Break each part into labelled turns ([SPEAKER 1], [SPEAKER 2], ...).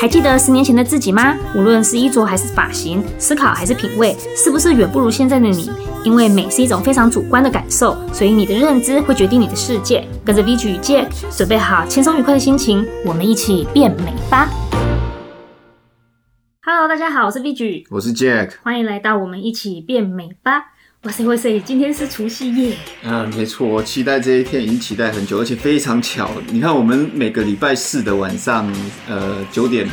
[SPEAKER 1] 还记得十年前的自己吗？无论是衣着还是发型，思考还是品味，是不是远不如现在的你？因为美是一种非常主观的感受，所以你的认知会决定你的世界。跟着 V G 与 Jack，准备好轻松愉快的心情，我们一起变美吧！Hello，大家好，我是 V G，
[SPEAKER 2] 我是 Jack。
[SPEAKER 1] 欢迎来到我们一起变美吧！哇塞哇塞，今天是除夕夜，
[SPEAKER 2] 嗯，没错，我期待这一天已经期待很久，而且非常巧。你看，我们每个礼拜四的晚上，呃，九点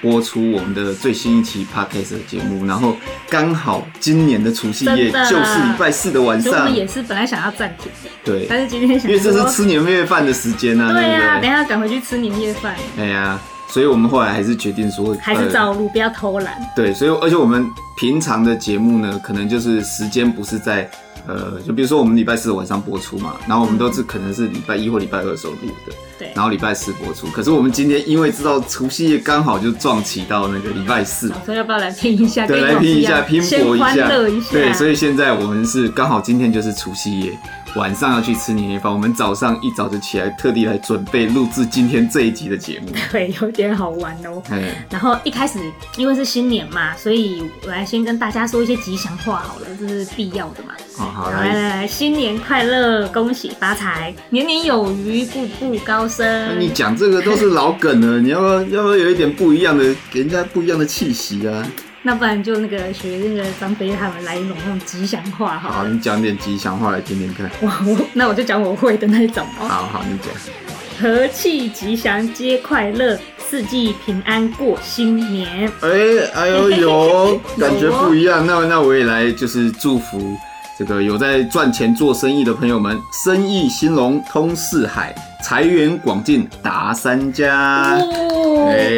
[SPEAKER 2] 播出我们的最新一期 podcast 的节目，然后刚好今年的除夕夜
[SPEAKER 1] 真的
[SPEAKER 2] 就是礼拜四的晚
[SPEAKER 1] 所以我
[SPEAKER 2] 上
[SPEAKER 1] 们，也是本来想要暂停的，
[SPEAKER 2] 对，
[SPEAKER 1] 但是今天想
[SPEAKER 2] 因为这是
[SPEAKER 1] 说
[SPEAKER 2] 吃年夜饭的时间啊，
[SPEAKER 1] 对呀、
[SPEAKER 2] 不
[SPEAKER 1] 等
[SPEAKER 2] 对
[SPEAKER 1] 一？下赶回去吃年夜饭，
[SPEAKER 2] 哎呀，所以我们后来还是决定说，
[SPEAKER 1] 还是
[SPEAKER 2] 呃
[SPEAKER 1] 照录，不要偷懒。
[SPEAKER 2] 对，所以而且我们平常的节目呢，可能就是时间不是在呃，就比如说我们礼拜四晚上播出嘛，然后我们都是可能是礼拜一或礼拜二的时候录的，
[SPEAKER 1] 对
[SPEAKER 2] 然后礼拜四播出。可是我们今天因为知道除夕夜刚好就撞期到那个礼拜四，
[SPEAKER 1] 所以要不要来拼一下？
[SPEAKER 2] 对，
[SPEAKER 1] 跟
[SPEAKER 2] 来
[SPEAKER 1] 往
[SPEAKER 2] 拼
[SPEAKER 1] 日
[SPEAKER 2] 一
[SPEAKER 1] 样
[SPEAKER 2] 下，拼搏
[SPEAKER 1] 啊先欢乐一
[SPEAKER 2] 下，
[SPEAKER 1] 下。
[SPEAKER 2] 对，所以现在我们是刚好今天就是除夕夜，晚上要去吃年夜饭，我们早上一早就起来，特地来准备录制今天这一集的节目。
[SPEAKER 1] 对有点好玩哦。
[SPEAKER 2] 哎，
[SPEAKER 1] 然后一开始因为是新年嘛，所以我来先跟大家说一些吉祥话好了，这是必要的嘛。
[SPEAKER 2] 好哦好
[SPEAKER 1] 来来
[SPEAKER 2] 来，
[SPEAKER 1] 来，新年快乐，恭喜发财，年年有余，步步高
[SPEAKER 2] 那
[SPEAKER 1] 升。
[SPEAKER 2] 你讲这个都是老梗了， 你要不要要不要有一点不一样的，给人家不一样的气息啊？
[SPEAKER 1] 那不然就那个学那个张飞他们来一种那种吉祥话哈。
[SPEAKER 2] 好，你讲点吉祥话来听听看。
[SPEAKER 1] 我我那我就讲我会的那一种哦。
[SPEAKER 2] 好好，你讲。
[SPEAKER 1] 和气吉祥皆快乐，四季平安过新年。
[SPEAKER 2] 哎、哎呦有哦，感觉不一样。那那我也来，就是祝福这个有在赚钱做生意的朋友们，生意兴隆，通四海，财源广进，达三家。
[SPEAKER 1] 哦
[SPEAKER 2] 哎、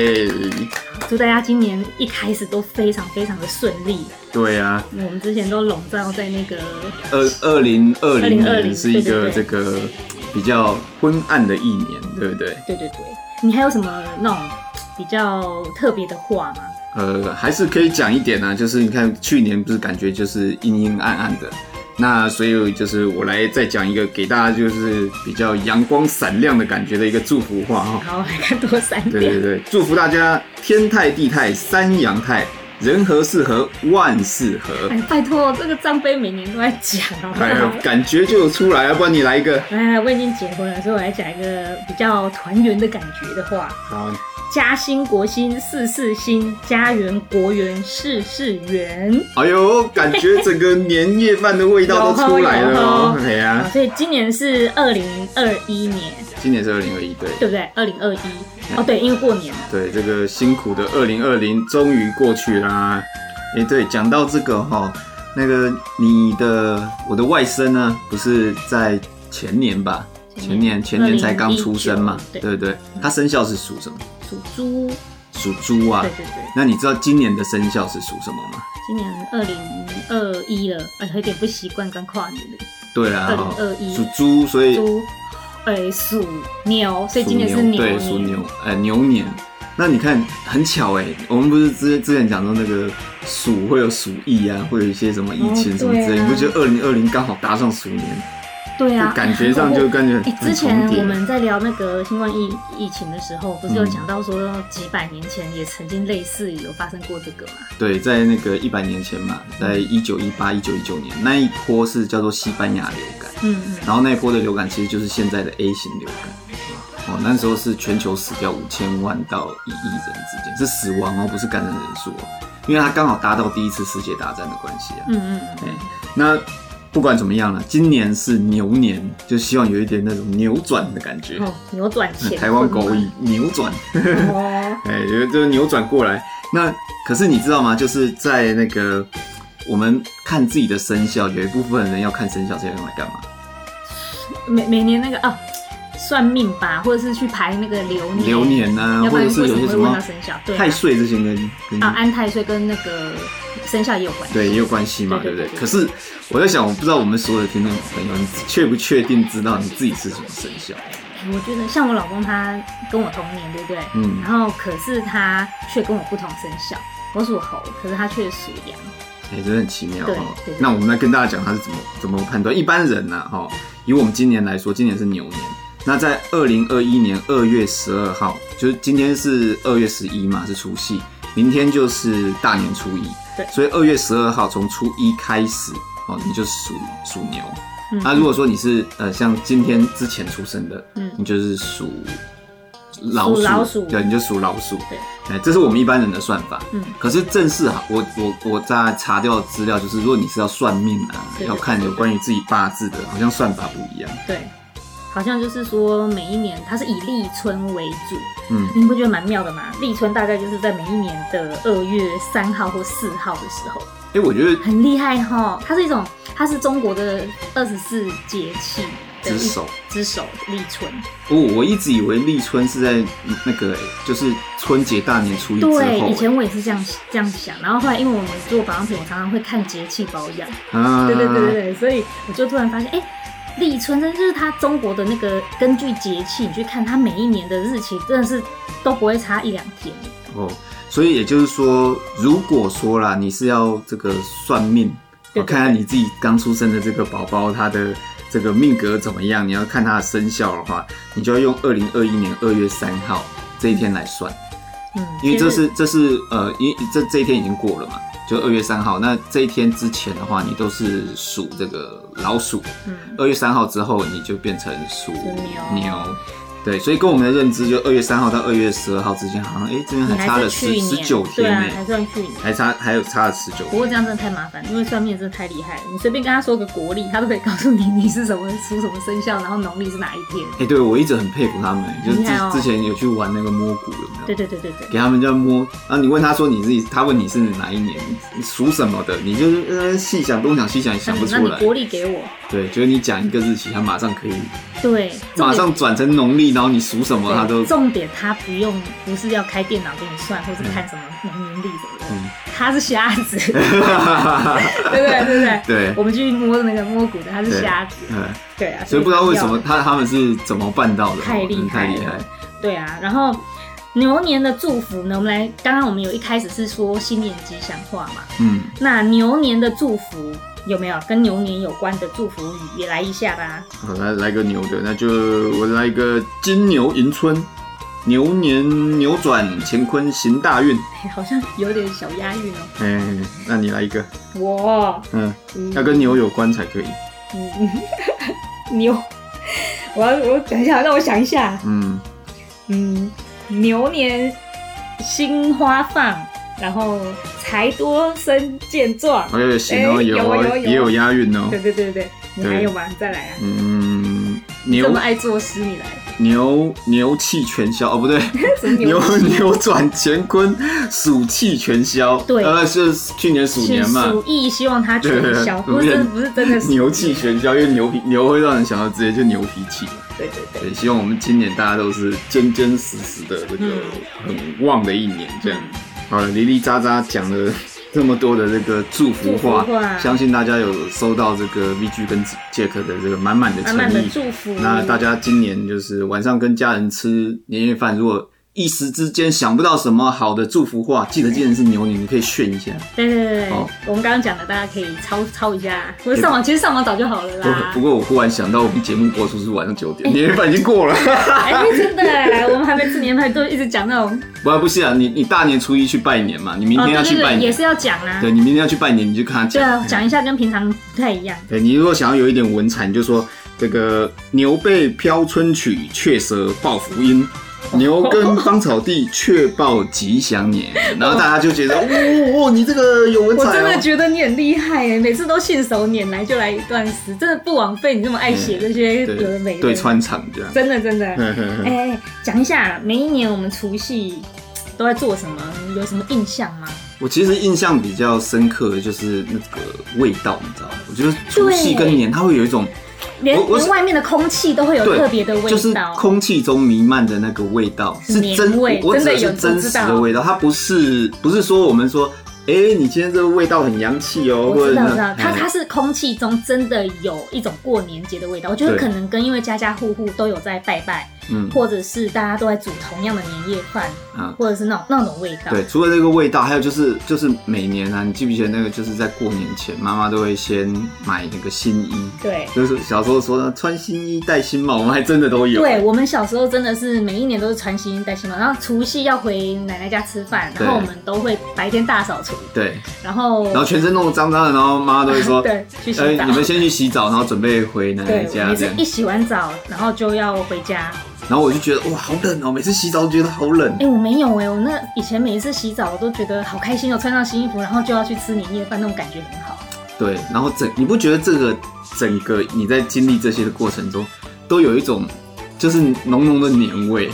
[SPEAKER 1] 祝大家今年一开始都非常非常的顺利。
[SPEAKER 2] 对啊，
[SPEAKER 1] 我们之前都笼罩在那个，
[SPEAKER 2] 二二零二零
[SPEAKER 1] 2020
[SPEAKER 2] 年是一个
[SPEAKER 1] 对对对
[SPEAKER 2] 这个比较昏暗的一年，对不对？
[SPEAKER 1] 对对对，你还有什么那种比较特别的话吗？
[SPEAKER 2] 呃，还是可以讲一点呢、啊就是你看去年不是感觉就是阴阴暗暗的，那所以就是我来再讲一个给大家就是比较阳光闪亮的感觉的一个祝福话哈、
[SPEAKER 1] 好，来看多三
[SPEAKER 2] 对
[SPEAKER 1] 点
[SPEAKER 2] 对。对，祝福大家天泰地泰三阳泰，人和事和万事和。
[SPEAKER 1] 哎，拜托，这个张飞每年都在讲，好不
[SPEAKER 2] 哎呦，
[SPEAKER 1] 好？
[SPEAKER 2] 感觉就有出来了，不然你来一个。
[SPEAKER 1] 哎，我已经结婚了，所以我来讲一个比较团圆的感觉的话。
[SPEAKER 2] 好，
[SPEAKER 1] 家兴国兴，事事兴；家园国园，事事圆。
[SPEAKER 2] 哎呦，感觉整个年夜饭的味道都出来了
[SPEAKER 1] 有
[SPEAKER 2] 哦。
[SPEAKER 1] 哦有
[SPEAKER 2] 哎
[SPEAKER 1] 啊
[SPEAKER 2] 呀，
[SPEAKER 1] 所以今年是二零二一年，
[SPEAKER 2] 今年是二零二一，对。
[SPEAKER 1] 对不对？二零二一哦，对，因为过年了。
[SPEAKER 2] 对，这个辛苦的二零二零终于过去啦。哎，对，讲到这个哈、那个你的我的外甥呢，不是在前年吧？前年前年才刚出生嘛，
[SPEAKER 1] 2019对，
[SPEAKER 2] 对不对？他生肖是属什么？
[SPEAKER 1] 属猪，
[SPEAKER 2] 属猪啊
[SPEAKER 1] 对。对对。
[SPEAKER 2] 那你知道今年的生肖是属什么吗？
[SPEAKER 1] 今年二零二一了，哎，有点不习惯跟跨年了。
[SPEAKER 2] 对啊，哈
[SPEAKER 1] 2021
[SPEAKER 2] 属猪，所以
[SPEAKER 1] 猪，哎，属牛，所以今年是
[SPEAKER 2] 属
[SPEAKER 1] 牛
[SPEAKER 2] 对，属牛，呃，牛年。那你看，很巧哎，我们不是之之前讲到那个鼠会有鼠疫啊，会有一些什么疫情
[SPEAKER 1] 哦
[SPEAKER 2] 什么之类，
[SPEAKER 1] 对啊
[SPEAKER 2] 你不觉得二零二零刚好搭上鼠年，
[SPEAKER 1] 对啊
[SPEAKER 2] 就，感觉上就感觉
[SPEAKER 1] 哎、
[SPEAKER 2] 很
[SPEAKER 1] 之
[SPEAKER 2] 很
[SPEAKER 1] 前
[SPEAKER 2] 重叠
[SPEAKER 1] 我。们在聊那个新冠疫疫情的时候，不是有讲到说几百年前也曾经类似有发生过这个嘛？
[SPEAKER 2] 对，在那个一百年前嘛，在一九一八、一九一九年那一波是叫做西班牙流感，
[SPEAKER 1] 嗯嗯，
[SPEAKER 2] 然后那一波的流感其实就是现在的 A 型流感。哦，那时候是全球死掉五千万到一亿人之间，是死亡哦，不是感染人数哦，因为它刚好搭到第一次世界大战的关系啊。
[SPEAKER 1] 嗯嗯嗯，
[SPEAKER 2] 哎那不管怎么样了，今年是牛年，就希望有一点那种扭转的感觉。
[SPEAKER 1] 哦，扭转乾坤嘛
[SPEAKER 2] 台湾狗语扭转，
[SPEAKER 1] 哦，
[SPEAKER 2] 哎，就就扭转过来。那可是你知道吗？就是在那个我们看自己的生肖，有一部分人要看生肖是要用来干
[SPEAKER 1] 嗯
[SPEAKER 2] 嘛？
[SPEAKER 1] 每每年那个啊，算命吧，或者是去排那个流年，
[SPEAKER 2] 流年啊，
[SPEAKER 1] 要不
[SPEAKER 2] 或
[SPEAKER 1] 然
[SPEAKER 2] 者
[SPEAKER 1] 为什
[SPEAKER 2] 是
[SPEAKER 1] 么
[SPEAKER 2] 有些
[SPEAKER 1] 会
[SPEAKER 2] 什
[SPEAKER 1] 问
[SPEAKER 2] 么
[SPEAKER 1] 到生肖？对
[SPEAKER 2] 太
[SPEAKER 1] 啊，
[SPEAKER 2] 岁这些跟跟
[SPEAKER 1] 啊，安太岁跟那个生肖也有关系。
[SPEAKER 2] 对也有关系嘛，
[SPEAKER 1] 对对
[SPEAKER 2] 对不
[SPEAKER 1] 对
[SPEAKER 2] 对？可是我在想，我不知道我们所有的听众朋友，你确不确定知道你自己是什么生肖？
[SPEAKER 1] 哎我觉得像我老公他跟我同年，对不对？
[SPEAKER 2] 嗯
[SPEAKER 1] 然后可是他却跟我不同生肖，我属猴，可是他却属羊。
[SPEAKER 2] 也、真的很奇妙
[SPEAKER 1] 对
[SPEAKER 2] 哦
[SPEAKER 1] 对。
[SPEAKER 2] 那我们来跟大家讲他是怎么怎么判断。一般人呢、哈、以我们今年来说，今年是牛年，那在二零二一年二月十二号，就是今天是二月十一嘛，是除夕，明天就是大年初一。
[SPEAKER 1] 对
[SPEAKER 2] 所以二月十二号从初一开始，哦，你就是属属牛。
[SPEAKER 1] 嗯
[SPEAKER 2] 那、啊如果说你是呃像今天之前出生的，
[SPEAKER 1] 嗯
[SPEAKER 2] 你就是属老
[SPEAKER 1] 属
[SPEAKER 2] 鼠，
[SPEAKER 1] 老鼠
[SPEAKER 2] 对，你就属老鼠。
[SPEAKER 1] 对，
[SPEAKER 2] 哎，这是我们一般人的算法。
[SPEAKER 1] 嗯
[SPEAKER 2] 可是正式啊，我我我在查掉资料，就是如果你是要算命啊，
[SPEAKER 1] 对
[SPEAKER 2] 要看有关于自己八字的，好像算法不一样。
[SPEAKER 1] 对，好像就是说每一年它是以立春为主，
[SPEAKER 2] 嗯，
[SPEAKER 1] 你不觉得蛮妙的吗？立春大概就是在每一年的二月三号或四号的时候，
[SPEAKER 2] 哎，我觉得
[SPEAKER 1] 很厉害哈。它是一种，它是中国的二十四节气的
[SPEAKER 2] 值
[SPEAKER 1] 一
[SPEAKER 2] 守。
[SPEAKER 1] 之首立春，
[SPEAKER 2] 哦，我一直以为立春是在那个就是春节大年初一之后。
[SPEAKER 1] 对，以前我也是这样这样想，然后后来因为我们做保养品，我常常会看节气保养，
[SPEAKER 2] 啊，
[SPEAKER 1] 对对对对对，所以我就突然发现，哎、立春真的就是它中国的那个根据节气，你去看它每一年的日期，真的是都不会差一两天。
[SPEAKER 2] 哦，所以也就是说，如果说啦，你是要这个算命，哦
[SPEAKER 1] 对对
[SPEAKER 2] 我看看你自己刚出生的这个宝宝他的这个命格怎么样，你要看他的生肖的话，你就要用二零二一年二月三号这一天来算，
[SPEAKER 1] 嗯，
[SPEAKER 2] 因为这
[SPEAKER 1] 就是
[SPEAKER 2] 这是呃，因为这这一天已经过了嘛，就二月三号。那这一天之前的话，你都是属这个老鼠，
[SPEAKER 1] 嗯，
[SPEAKER 2] 二月三号之后你就变成属
[SPEAKER 1] 牛
[SPEAKER 2] 牛。对，所以跟我们的认知，就二月三号到二月十二号之间，好像哎、这边
[SPEAKER 1] 你
[SPEAKER 2] 还差
[SPEAKER 1] 还
[SPEAKER 2] 了
[SPEAKER 1] 是
[SPEAKER 2] 十
[SPEAKER 1] 去
[SPEAKER 2] 十
[SPEAKER 1] 年，
[SPEAKER 2] 九
[SPEAKER 1] 对
[SPEAKER 2] 天呢、
[SPEAKER 1] 啊，还算去年。
[SPEAKER 2] 还差还有差了十九
[SPEAKER 1] 不过这样真的太麻烦，因为算命真的太厉害了。你随便跟他说个国历，他都可以告诉你你是什么属什么生肖，然后农历是哪一天。
[SPEAKER 2] 哎、对我一直很佩服他们，就是
[SPEAKER 1] 厉
[SPEAKER 2] 之、
[SPEAKER 1] 害哦
[SPEAKER 2] 之前有去玩那个摸骨有没有？
[SPEAKER 1] 对对对对对，
[SPEAKER 2] 给他们这样摸，然后你问他说你自己，他问你是哪一年，你属什么的，你就是呃细想东想西想也
[SPEAKER 1] 那
[SPEAKER 2] 想
[SPEAKER 1] 嗯
[SPEAKER 2] 不
[SPEAKER 1] 你那
[SPEAKER 2] 出
[SPEAKER 1] 你
[SPEAKER 2] 来。
[SPEAKER 1] 国历给我，
[SPEAKER 2] 对，就是你讲一个日期，他马上可以
[SPEAKER 1] 对，重点
[SPEAKER 2] 马上转成农历，然后你属什么他都
[SPEAKER 1] 对重点他不用不是要开电脑给你算，或是看什么农历什么的，
[SPEAKER 2] 嗯
[SPEAKER 1] 他是瞎 子，对不对？对不对？
[SPEAKER 2] 对，
[SPEAKER 1] 我们去摸那个摸骨的，他是瞎子，
[SPEAKER 2] 嗯，
[SPEAKER 1] 对啊，
[SPEAKER 2] 所以不知道为什么
[SPEAKER 1] 要
[SPEAKER 2] 他他们是怎么办到的，哦
[SPEAKER 1] 太厉
[SPEAKER 2] 真的
[SPEAKER 1] 害
[SPEAKER 2] 太
[SPEAKER 1] 了
[SPEAKER 2] 厉害，
[SPEAKER 1] 对啊。然后牛年的祝福呢，我们来，刚刚我们有一开始是说新年吉祥话嘛，
[SPEAKER 2] 嗯，
[SPEAKER 1] 那牛年的祝福有没有跟牛年有关的祝福语也来一下吧？
[SPEAKER 2] 好，来来个牛的，那就我来一个金牛迎春，牛年扭转乾坤行大运。
[SPEAKER 1] 哎好像有点小押韵哦。
[SPEAKER 2] 哎、那你来一个，
[SPEAKER 1] 我
[SPEAKER 2] 嗯，
[SPEAKER 1] 嗯
[SPEAKER 2] 要跟牛有关才可以。
[SPEAKER 1] 嗯牛，我要我等一下，让我想一下。
[SPEAKER 2] 嗯，
[SPEAKER 1] 嗯，牛年心花放，然后财多身健壮。
[SPEAKER 2] 好像有行哦，
[SPEAKER 1] 哎有
[SPEAKER 2] 哦，
[SPEAKER 1] 有有
[SPEAKER 2] 也有押韵哦
[SPEAKER 1] 对。对对对，你还
[SPEAKER 2] 对
[SPEAKER 1] 有吗？你再来啊！
[SPEAKER 2] 嗯，
[SPEAKER 1] 这
[SPEAKER 2] 牛
[SPEAKER 1] 么爱作诗，你来
[SPEAKER 2] 牛牛气全消 哦，不对，
[SPEAKER 1] 什么
[SPEAKER 2] 牛
[SPEAKER 1] 牛？
[SPEAKER 2] 扭转乾坤，暑气全消。
[SPEAKER 1] 对
[SPEAKER 2] 呃，是去年鼠
[SPEAKER 1] 是
[SPEAKER 2] 年嘛，
[SPEAKER 1] 鼠疫，希望它
[SPEAKER 2] 对
[SPEAKER 1] 全
[SPEAKER 2] 对
[SPEAKER 1] 消，
[SPEAKER 2] 对
[SPEAKER 1] 不是真不是真的
[SPEAKER 2] 牛气全消，因为牛皮牛会让人想到直接就牛脾气。
[SPEAKER 1] 对对对，
[SPEAKER 2] 对，希望我们今年大家都是坚坚实实的这个
[SPEAKER 1] 嗯
[SPEAKER 2] 很旺的一年，这样。好了，零零喳喳讲了这么多的这个祝福话
[SPEAKER 1] 祝福话，
[SPEAKER 2] 相信大家有收到这个 VG 跟 Jack 的这个满满的
[SPEAKER 1] 满
[SPEAKER 2] 诚
[SPEAKER 1] 满的
[SPEAKER 2] 意。
[SPEAKER 1] 祝福。
[SPEAKER 2] 那大家今年就是晚上跟家人吃年夜饭，如果一时之间想不到什么好的祝福话，记得今年是牛年，你可以炫一下。
[SPEAKER 1] 对对对对，
[SPEAKER 2] 好
[SPEAKER 1] 我们刚刚讲的，大家可以抄抄一下，或者上网，其实上网早就好了
[SPEAKER 2] 不
[SPEAKER 1] 啦
[SPEAKER 2] 不。过我忽然想到，我们节目播出是晚上九点，年夜饭已经过了。
[SPEAKER 1] 哎，真的哎，我们还没吃年饭，都一直讲那种
[SPEAKER 2] 不不是啊，你你大年初一去拜年嘛，你明
[SPEAKER 1] 哦，
[SPEAKER 2] 天
[SPEAKER 1] 对
[SPEAKER 2] 要
[SPEAKER 1] 对
[SPEAKER 2] 去拜
[SPEAKER 1] 对，
[SPEAKER 2] 年
[SPEAKER 1] 也。是要讲啊。
[SPEAKER 2] 对你明天要去拜年，你就看他
[SPEAKER 1] 对啊，
[SPEAKER 2] 讲。
[SPEAKER 1] 讲一下跟平常不太一样。
[SPEAKER 2] 对你如果想要有一点文采，你就说这个牛背飘春曲，雀舌报福音。牛耕芳草地，却报吉祥 年。然后大家就觉得，哦哦，你这个有文
[SPEAKER 1] 我
[SPEAKER 2] 采
[SPEAKER 1] 真的
[SPEAKER 2] 哦。
[SPEAKER 1] 觉得你很厉害哎，每次都信手拈来就来一段诗，真的不枉费你这么爱写这些有的没
[SPEAKER 2] 对
[SPEAKER 1] 的。
[SPEAKER 2] 对，穿场这样。
[SPEAKER 1] 真的真的。
[SPEAKER 2] 呵呵呵
[SPEAKER 1] 哎，讲一下每一年我们除夕都在做什么，有什么印象吗？
[SPEAKER 2] 我其实印象比较深刻的就是那个味道，你知道吗？我觉得除夕
[SPEAKER 1] 对
[SPEAKER 2] 跟年，它会有一种
[SPEAKER 1] 连
[SPEAKER 2] 我我是
[SPEAKER 1] 连外面的空气都会有
[SPEAKER 2] 对
[SPEAKER 1] 特别的
[SPEAKER 2] 就
[SPEAKER 1] 味
[SPEAKER 2] 是
[SPEAKER 1] 道。
[SPEAKER 2] 空气中弥漫的那个味道，
[SPEAKER 1] 是
[SPEAKER 2] 是
[SPEAKER 1] 年
[SPEAKER 2] 真
[SPEAKER 1] 味
[SPEAKER 2] 我我
[SPEAKER 1] 真
[SPEAKER 2] 指
[SPEAKER 1] 的
[SPEAKER 2] 的
[SPEAKER 1] 有
[SPEAKER 2] 是真实的味道，它不是不是说我们说，哎、你今天这个味道很洋气哦，
[SPEAKER 1] 我
[SPEAKER 2] 或
[SPEAKER 1] 知
[SPEAKER 2] 者
[SPEAKER 1] 道，
[SPEAKER 2] 呢
[SPEAKER 1] 我知道，它
[SPEAKER 2] 哎
[SPEAKER 1] 它是空气中真的有一种过年节的味道。我觉得
[SPEAKER 2] 对
[SPEAKER 1] 可能跟因为家家户户都有在拜拜，
[SPEAKER 2] 嗯
[SPEAKER 1] 或者是大家都在煮同样的年夜饭，
[SPEAKER 2] 啊，
[SPEAKER 1] 或者是那种那种味道。
[SPEAKER 2] 对，除了这个味道，还有就是就是每年啊，你记不记得那个就是在过年前，妈妈都会先买那个新衣，
[SPEAKER 1] 对
[SPEAKER 2] 就是小时候说的穿新衣戴新帽，我们还真的都有。
[SPEAKER 1] 对，我们小时候真的是每一年都是穿新衣戴新帽，然后除夕要回奶奶家吃饭，然后
[SPEAKER 2] 对
[SPEAKER 1] 我们都会白天大扫除，
[SPEAKER 2] 对，
[SPEAKER 1] 然后
[SPEAKER 2] 然后全身弄得脏脏的，然后妈妈都会说，
[SPEAKER 1] 对去洗
[SPEAKER 2] 呃，
[SPEAKER 1] 澡。
[SPEAKER 2] 你们先去洗澡，然后准备回奶奶
[SPEAKER 1] 对，我
[SPEAKER 2] 家
[SPEAKER 1] 每
[SPEAKER 2] 这
[SPEAKER 1] 次
[SPEAKER 2] 样
[SPEAKER 1] 一。洗完澡，然后就要回家。
[SPEAKER 2] 然后我就觉得哇，好冷哦，每次洗澡都觉得好冷
[SPEAKER 1] 哎、。我没有哎、我那以前每一次洗澡，我都觉得好开心哦，穿上新衣服，然后就要去吃年夜饭，那种感觉很好。
[SPEAKER 2] 对，然后整你不觉得这个整个你在经历这些的过程中，都有一种就是浓浓的年味，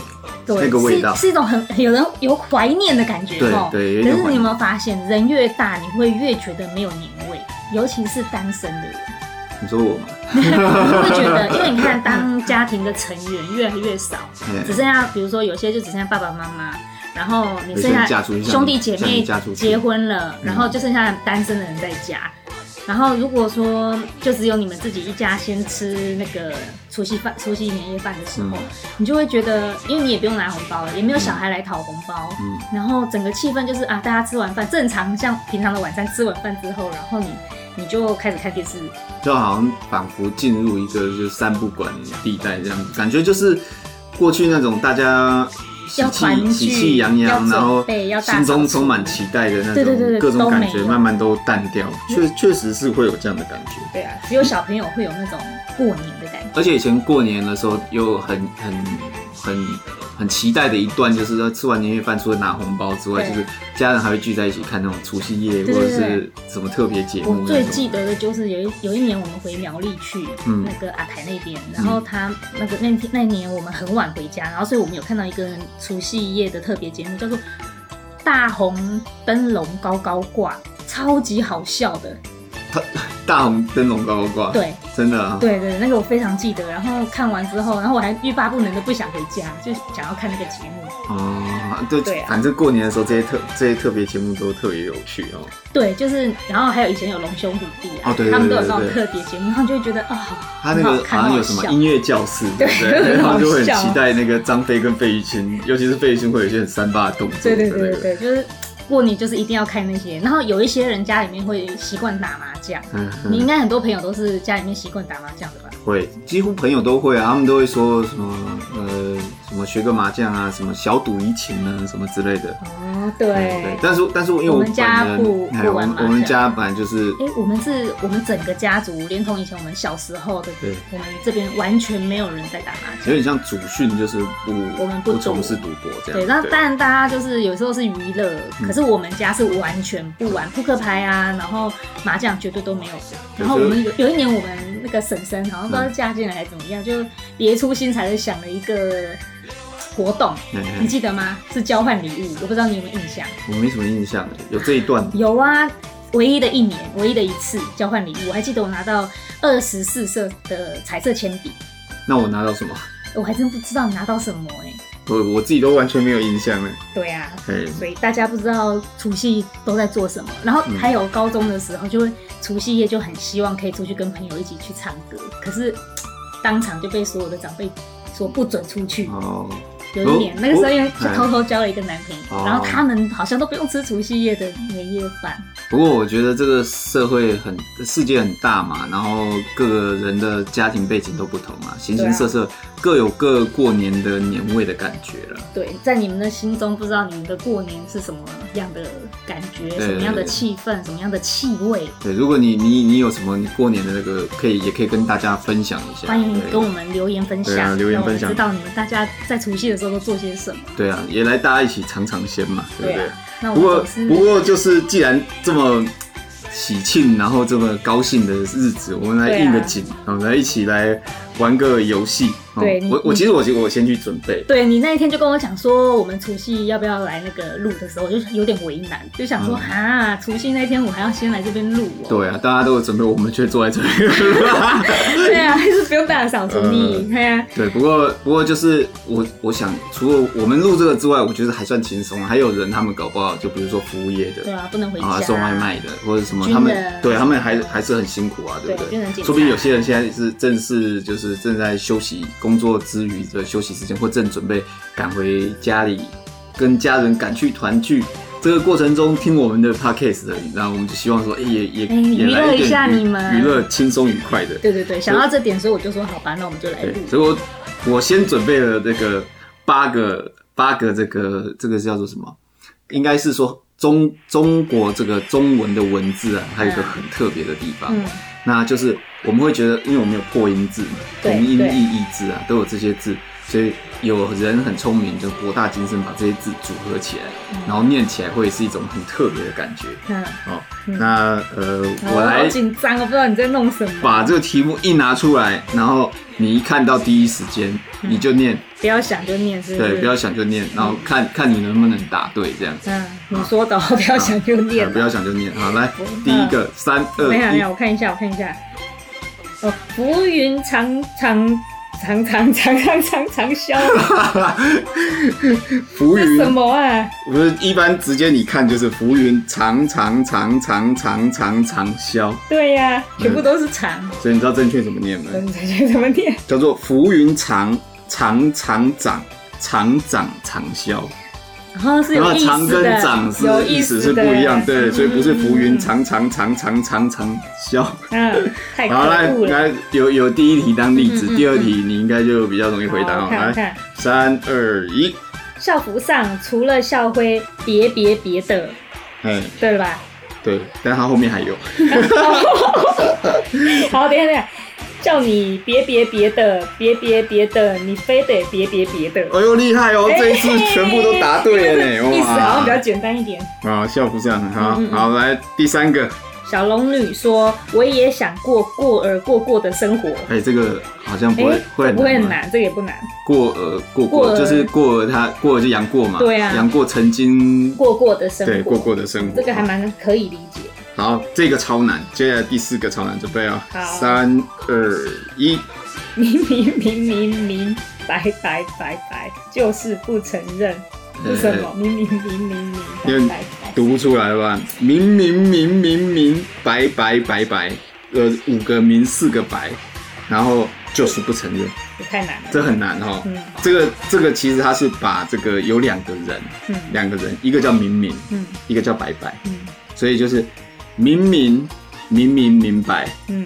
[SPEAKER 1] 对，
[SPEAKER 2] 那个味道
[SPEAKER 1] 是是一种很有人有怀念的感觉
[SPEAKER 2] 对
[SPEAKER 1] 哦。
[SPEAKER 2] 对有一
[SPEAKER 1] 可
[SPEAKER 2] 种
[SPEAKER 1] 是
[SPEAKER 2] 怀
[SPEAKER 1] 你有
[SPEAKER 2] 念
[SPEAKER 1] 没有发现，人越大，你会越觉得没有年味，尤其是单身的人，
[SPEAKER 2] 你说我吗？
[SPEAKER 1] 你会觉得，因为你看，当家庭的成员越来越少，
[SPEAKER 2] 哎
[SPEAKER 1] 只剩下比如说有些就只剩下爸爸妈妈，然后你剩
[SPEAKER 2] 有些人嫁
[SPEAKER 1] 下
[SPEAKER 2] 出去
[SPEAKER 1] 兄弟姐
[SPEAKER 2] 像你
[SPEAKER 1] 妹
[SPEAKER 2] 嫁出去
[SPEAKER 1] 结婚了，
[SPEAKER 2] 嗯
[SPEAKER 1] 然后就剩下单身的人在家。然后如果说就只有你们自己一家先吃那个除夕饭、除夕年夜饭的时候，
[SPEAKER 2] 嗯
[SPEAKER 1] 你就会觉得，因为你也不用拿红包了，也没有小孩来讨红包，
[SPEAKER 2] 嗯
[SPEAKER 1] 然后整个气氛就是啊，大家吃完饭，正常像平常的晚餐吃完饭之后，然后你你就开始看电视，啊
[SPEAKER 2] 就好像仿佛进入一个就是三不管地带这样子，感觉就是过去那种大家喜
[SPEAKER 1] 要团
[SPEAKER 2] 气
[SPEAKER 1] 聚
[SPEAKER 2] 喜气洋洋，
[SPEAKER 1] 要
[SPEAKER 2] 然后
[SPEAKER 1] 准备要大扫除
[SPEAKER 2] 心中充满期待的那
[SPEAKER 1] 对对对
[SPEAKER 2] 种
[SPEAKER 1] 对
[SPEAKER 2] 各种感
[SPEAKER 1] 都没
[SPEAKER 2] 觉，
[SPEAKER 1] 有
[SPEAKER 2] 慢慢都淡掉，确确实是会有这样的感觉。
[SPEAKER 1] 对啊，只有小朋友会有那种过年的感觉。
[SPEAKER 2] 而且以前过年的时候又很很很很期待的一段，就是说吃完年夜饭，除了拿红包之外，
[SPEAKER 1] 对
[SPEAKER 2] 就是家人还会聚在一起看那种除夕夜
[SPEAKER 1] 对对
[SPEAKER 2] 或者
[SPEAKER 1] 对
[SPEAKER 2] 是什么特别节目
[SPEAKER 1] 我
[SPEAKER 2] 那
[SPEAKER 1] 最记
[SPEAKER 2] 种。
[SPEAKER 1] 得的就是有一有一年我们回苗栗去、
[SPEAKER 2] 嗯
[SPEAKER 1] 那个阿台那边，然后他那个那天那一年我们很晚回家，然后所以我们有看到一个除夕夜的特别节目，叫做《大红灯笼高高挂》，超级好笑的。
[SPEAKER 2] 大红灯笼高高挂，
[SPEAKER 1] 对
[SPEAKER 2] 真的啊，
[SPEAKER 1] 对对，那个我非常记得。然后看完之后，然后我还欲罢不能的不想回家，就想要看那个节目。
[SPEAKER 2] 哦，对，
[SPEAKER 1] 对啊
[SPEAKER 2] 反正过年的时候这些特这些特别节目都特别有趣哦。
[SPEAKER 1] 对，就是然后还有以前有龙兄虎弟啊，
[SPEAKER 2] 哦对对
[SPEAKER 1] 他们都有
[SPEAKER 2] 对
[SPEAKER 1] 那种
[SPEAKER 2] 对
[SPEAKER 1] 特别节目，他们就会觉得啊、好
[SPEAKER 2] 他
[SPEAKER 1] 很
[SPEAKER 2] 那个
[SPEAKER 1] 好看
[SPEAKER 2] 好像有
[SPEAKER 1] 好
[SPEAKER 2] 什么
[SPEAKER 1] 笑
[SPEAKER 2] 音乐教室，对
[SPEAKER 1] 对
[SPEAKER 2] 不对？
[SPEAKER 1] 很
[SPEAKER 2] 然
[SPEAKER 1] 好
[SPEAKER 2] 后就会很
[SPEAKER 1] 笑
[SPEAKER 2] 期待那个张飞跟费玉清，尤其是费玉清会有一些很三八的动作
[SPEAKER 1] 对
[SPEAKER 2] 的
[SPEAKER 1] 对
[SPEAKER 2] 那
[SPEAKER 1] 对
[SPEAKER 2] 个
[SPEAKER 1] 对，对，就是过年就是一定要看那些，然后有一些人家里面会习惯打麻将，
[SPEAKER 2] 嗯
[SPEAKER 1] 你
[SPEAKER 2] 嗯
[SPEAKER 1] 应该很多朋友都是家里面习惯打麻将的吧？
[SPEAKER 2] 会，几乎朋友都会啊，他们都会说什么呃什么学个麻将啊，什么小赌怡情啊，什么之类的。
[SPEAKER 1] 哦，
[SPEAKER 2] 对，但是但是因为
[SPEAKER 1] 我们
[SPEAKER 2] 本
[SPEAKER 1] 家
[SPEAKER 2] 人
[SPEAKER 1] 不
[SPEAKER 2] 哎
[SPEAKER 1] 不
[SPEAKER 2] 我
[SPEAKER 1] 玩
[SPEAKER 2] 们
[SPEAKER 1] 麻
[SPEAKER 2] 我们
[SPEAKER 1] 将
[SPEAKER 2] 家本来就是
[SPEAKER 1] 哎、我们是我们整个家族，连同以前我们小时候的，
[SPEAKER 2] 对
[SPEAKER 1] 我们这边完全没有人在打麻将。
[SPEAKER 2] 有点像祖训，就是不
[SPEAKER 1] 我们不赌
[SPEAKER 2] 从事赌博这样。
[SPEAKER 1] 对，那当然大家就是有时候是娱乐，可是我们家是完全不玩扑克牌啊，然后麻将绝对都没有。然后我们有有一年我们那个婶婶好像不知道是嫁进来还是怎么样，就别出心裁的想了一个活动，
[SPEAKER 2] 哎哎
[SPEAKER 1] 你记得吗？是交换礼物，我不知道你有没有印象？
[SPEAKER 2] 我没什么印象，有这一段
[SPEAKER 1] 有啊，唯一的一年，唯一的一次交换礼物，我还记得我拿到二十四色的彩色铅笔，
[SPEAKER 2] 那我拿到什么？
[SPEAKER 1] 我还真不知道拿到什么哎、
[SPEAKER 2] 我我自己都完全没有印象了。
[SPEAKER 1] 对啊，
[SPEAKER 2] 哎，
[SPEAKER 1] 所以大家不知道除夕都在做什么。然后还有高中的时候，就会除夕夜就很希望可以出去跟朋友一起去唱歌，可是当场就被所有的长辈说不准出去。
[SPEAKER 2] 哦，
[SPEAKER 1] 有一年
[SPEAKER 2] 哦
[SPEAKER 1] 那个时候，因为
[SPEAKER 2] 哦
[SPEAKER 1] 就偷偷交了一个男朋
[SPEAKER 2] 哦
[SPEAKER 1] 友，然后他们好像都不用吃除夕夜的年夜饭。
[SPEAKER 2] 不过我觉得这个社会很世界很大嘛，然后各个人的家庭背景都不同嘛，形形色色，各有各过年的年味的感觉了。
[SPEAKER 1] 对，在你们的心中，不知道你们的过年是什么样的感觉，
[SPEAKER 2] 对
[SPEAKER 1] 什么样的气氛，什么样的气味，
[SPEAKER 2] 对，如果你你你有什么你过年的那个，可以也可以跟大家分享一下。
[SPEAKER 1] 欢迎
[SPEAKER 2] 对
[SPEAKER 1] 跟我们留言分享，
[SPEAKER 2] 对啊留言
[SPEAKER 1] 让我们
[SPEAKER 2] 分享
[SPEAKER 1] 知道你们大家 在除夕的时候都做些什么。
[SPEAKER 2] 对啊，也来大家一起尝尝鲜嘛，对不对？
[SPEAKER 1] 啊，那我
[SPEAKER 2] 不
[SPEAKER 1] 们
[SPEAKER 2] 过
[SPEAKER 1] 总是
[SPEAKER 2] 不过就是既然这么喜庆，然后这么高兴的日子，我们来
[SPEAKER 1] 对啊
[SPEAKER 2] 应个景，我们来一起来玩个游戏。哦
[SPEAKER 1] 对你
[SPEAKER 2] 我我其实我我先去准备。
[SPEAKER 1] 对你那一天就跟我讲说，我们除夕要不要来那个录的时候，我就有点为难，就想说、
[SPEAKER 2] 嗯
[SPEAKER 1] 啊，除夕那天我还要先来这边录哦。
[SPEAKER 2] 对啊，大家都有准备，我们却坐在这里。
[SPEAKER 1] 对啊，还是不用大扫除你，对啊，
[SPEAKER 2] 对，不过不过就是我我想，除了我们录这个之外，我觉得还算轻松。还有人他们搞不好，就比如说服务业
[SPEAKER 1] 对
[SPEAKER 2] 的
[SPEAKER 1] 啊，不能回家、
[SPEAKER 2] 啊，送外卖的或者什么，
[SPEAKER 1] 军
[SPEAKER 2] 他们
[SPEAKER 1] 人
[SPEAKER 2] 对他们还还是很辛苦啊，对不
[SPEAKER 1] 对军人检查
[SPEAKER 2] 说不定有些人现在是正是就是正在休息工作之余的休息时间，或正准备赶回家里跟家人赶去团聚。这个过程中听我们的 podcast 的，然后我们就希望说，哎、也也
[SPEAKER 1] 哎娱
[SPEAKER 2] 也
[SPEAKER 1] 乐
[SPEAKER 2] 来一
[SPEAKER 1] 一
[SPEAKER 2] 点
[SPEAKER 1] 下
[SPEAKER 2] 娱
[SPEAKER 1] 你们
[SPEAKER 2] 娱乐轻松愉快的。
[SPEAKER 1] 对对对，想到这点，所以我就说好吧，那我们就来
[SPEAKER 2] 对
[SPEAKER 1] 录，。
[SPEAKER 2] 所以我哎我先准备了这个八个八个这个这个叫做什么？应该是说中中国这个中文的文字啊，它有一个很特别的地方，
[SPEAKER 1] 嗯，
[SPEAKER 2] 那就是我们会觉得，因为我们有破音字嘛，
[SPEAKER 1] 对
[SPEAKER 2] 同音
[SPEAKER 1] 对
[SPEAKER 2] 异义字啊，都有这些字，所以有人很聪明，就博大精深把这些字组合起来，然后念起来会是一种很特别的感觉
[SPEAKER 1] 嗯，
[SPEAKER 2] 哦。
[SPEAKER 1] 嗯
[SPEAKER 2] 那呃，我
[SPEAKER 1] 哦好
[SPEAKER 2] 来
[SPEAKER 1] 紧张，我不知道你在弄什么，
[SPEAKER 2] 把这个题目一拿出来，然后你一看到第一时间你就念，
[SPEAKER 1] 不要想就念，是不是？
[SPEAKER 2] 对，不要想就念，然后看看你能不能答对这样子，
[SPEAKER 1] 嗯，你说的哦，不要想就念
[SPEAKER 2] 啊
[SPEAKER 1] 了，
[SPEAKER 2] 不要想就念。好，来第一个三二
[SPEAKER 1] 嗯没有没有，
[SPEAKER 2] 一，
[SPEAKER 1] 我看一下，我看一下。哦，浮云长长长长长长长长消，
[SPEAKER 2] 浮
[SPEAKER 1] 这什
[SPEAKER 2] 云，
[SPEAKER 1] 么啊？
[SPEAKER 2] 我们一般直接你看就是浮云长长长长长长长消，
[SPEAKER 1] 对呀、全部都是长。
[SPEAKER 2] 所以你知道正确怎么念吗？
[SPEAKER 1] 嗯，这些怎么念？
[SPEAKER 2] 叫做浮云长长长长长长长消。
[SPEAKER 1] 然后是
[SPEAKER 2] 然
[SPEAKER 1] 有
[SPEAKER 2] 后
[SPEAKER 1] 意
[SPEAKER 2] 长
[SPEAKER 1] 思
[SPEAKER 2] 跟
[SPEAKER 1] 的，
[SPEAKER 2] 长是
[SPEAKER 1] 有
[SPEAKER 2] 意
[SPEAKER 1] 意
[SPEAKER 2] 思
[SPEAKER 1] 思
[SPEAKER 2] 是不
[SPEAKER 1] 的
[SPEAKER 2] 一样，对，所以不是浮云。
[SPEAKER 1] 嗯
[SPEAKER 2] 长长长长长长消。
[SPEAKER 1] 嗯，太可
[SPEAKER 2] 好，来
[SPEAKER 1] 恶了。
[SPEAKER 2] 来，有有第一题当例
[SPEAKER 1] 嗯嗯
[SPEAKER 2] 子，
[SPEAKER 1] 嗯
[SPEAKER 2] 第二题你应该就比较容易回
[SPEAKER 1] 好
[SPEAKER 2] 答哦。
[SPEAKER 1] 我看我
[SPEAKER 2] 来，
[SPEAKER 1] 看，
[SPEAKER 2] 三二一，
[SPEAKER 1] 校服上除了校徽，别别别的，
[SPEAKER 2] 哎，
[SPEAKER 1] 对了吧？
[SPEAKER 2] 对，但它后面还有，
[SPEAKER 1] 哦 好，等一下等一下，叫你别别别的，别别别的，你非得别别别的。
[SPEAKER 2] 哎呦厉害哦，这一次全部都答对了呢，
[SPEAKER 1] 哎 意思好像比较
[SPEAKER 2] 哇！
[SPEAKER 1] 简单一点。
[SPEAKER 2] 啊，校服上，好
[SPEAKER 1] 嗯嗯嗯
[SPEAKER 2] 好来第三个，
[SPEAKER 1] 小龙女说：“我也想过过儿过过的生活。
[SPEAKER 2] 哎，这个好像不
[SPEAKER 1] 诶
[SPEAKER 2] 会会
[SPEAKER 1] 哎不会
[SPEAKER 2] 很
[SPEAKER 1] 很
[SPEAKER 2] 难吗。
[SPEAKER 1] 难，这个也不难。
[SPEAKER 2] 过呃过
[SPEAKER 1] 过
[SPEAKER 2] 过
[SPEAKER 1] 儿
[SPEAKER 2] 就是过儿它过儿就杨过嘛，
[SPEAKER 1] 对啊
[SPEAKER 2] 杨过曾经
[SPEAKER 1] 过过的生活，
[SPEAKER 2] 对过过的生活，
[SPEAKER 1] 这个还蛮可以理解。
[SPEAKER 2] 好，这个超难，接下来第四个超难，准备哦
[SPEAKER 1] 好，
[SPEAKER 2] 三二一，
[SPEAKER 1] 明明明明明白白白白，就是不承认。是什么？明明明明明白白白。
[SPEAKER 2] 读不出来了吧？明明明明明，白白白白，呃，五个明，四个白，然后就是不承认，
[SPEAKER 1] 也太难了。
[SPEAKER 2] 这很难哦。
[SPEAKER 1] 嗯
[SPEAKER 2] 这个这个其实他是把这个有两个人，
[SPEAKER 1] 嗯
[SPEAKER 2] 两个人，一个叫明明，
[SPEAKER 1] 嗯
[SPEAKER 2] 一个叫白白，
[SPEAKER 1] 嗯
[SPEAKER 2] 所以就是明明明明明白，
[SPEAKER 1] 嗯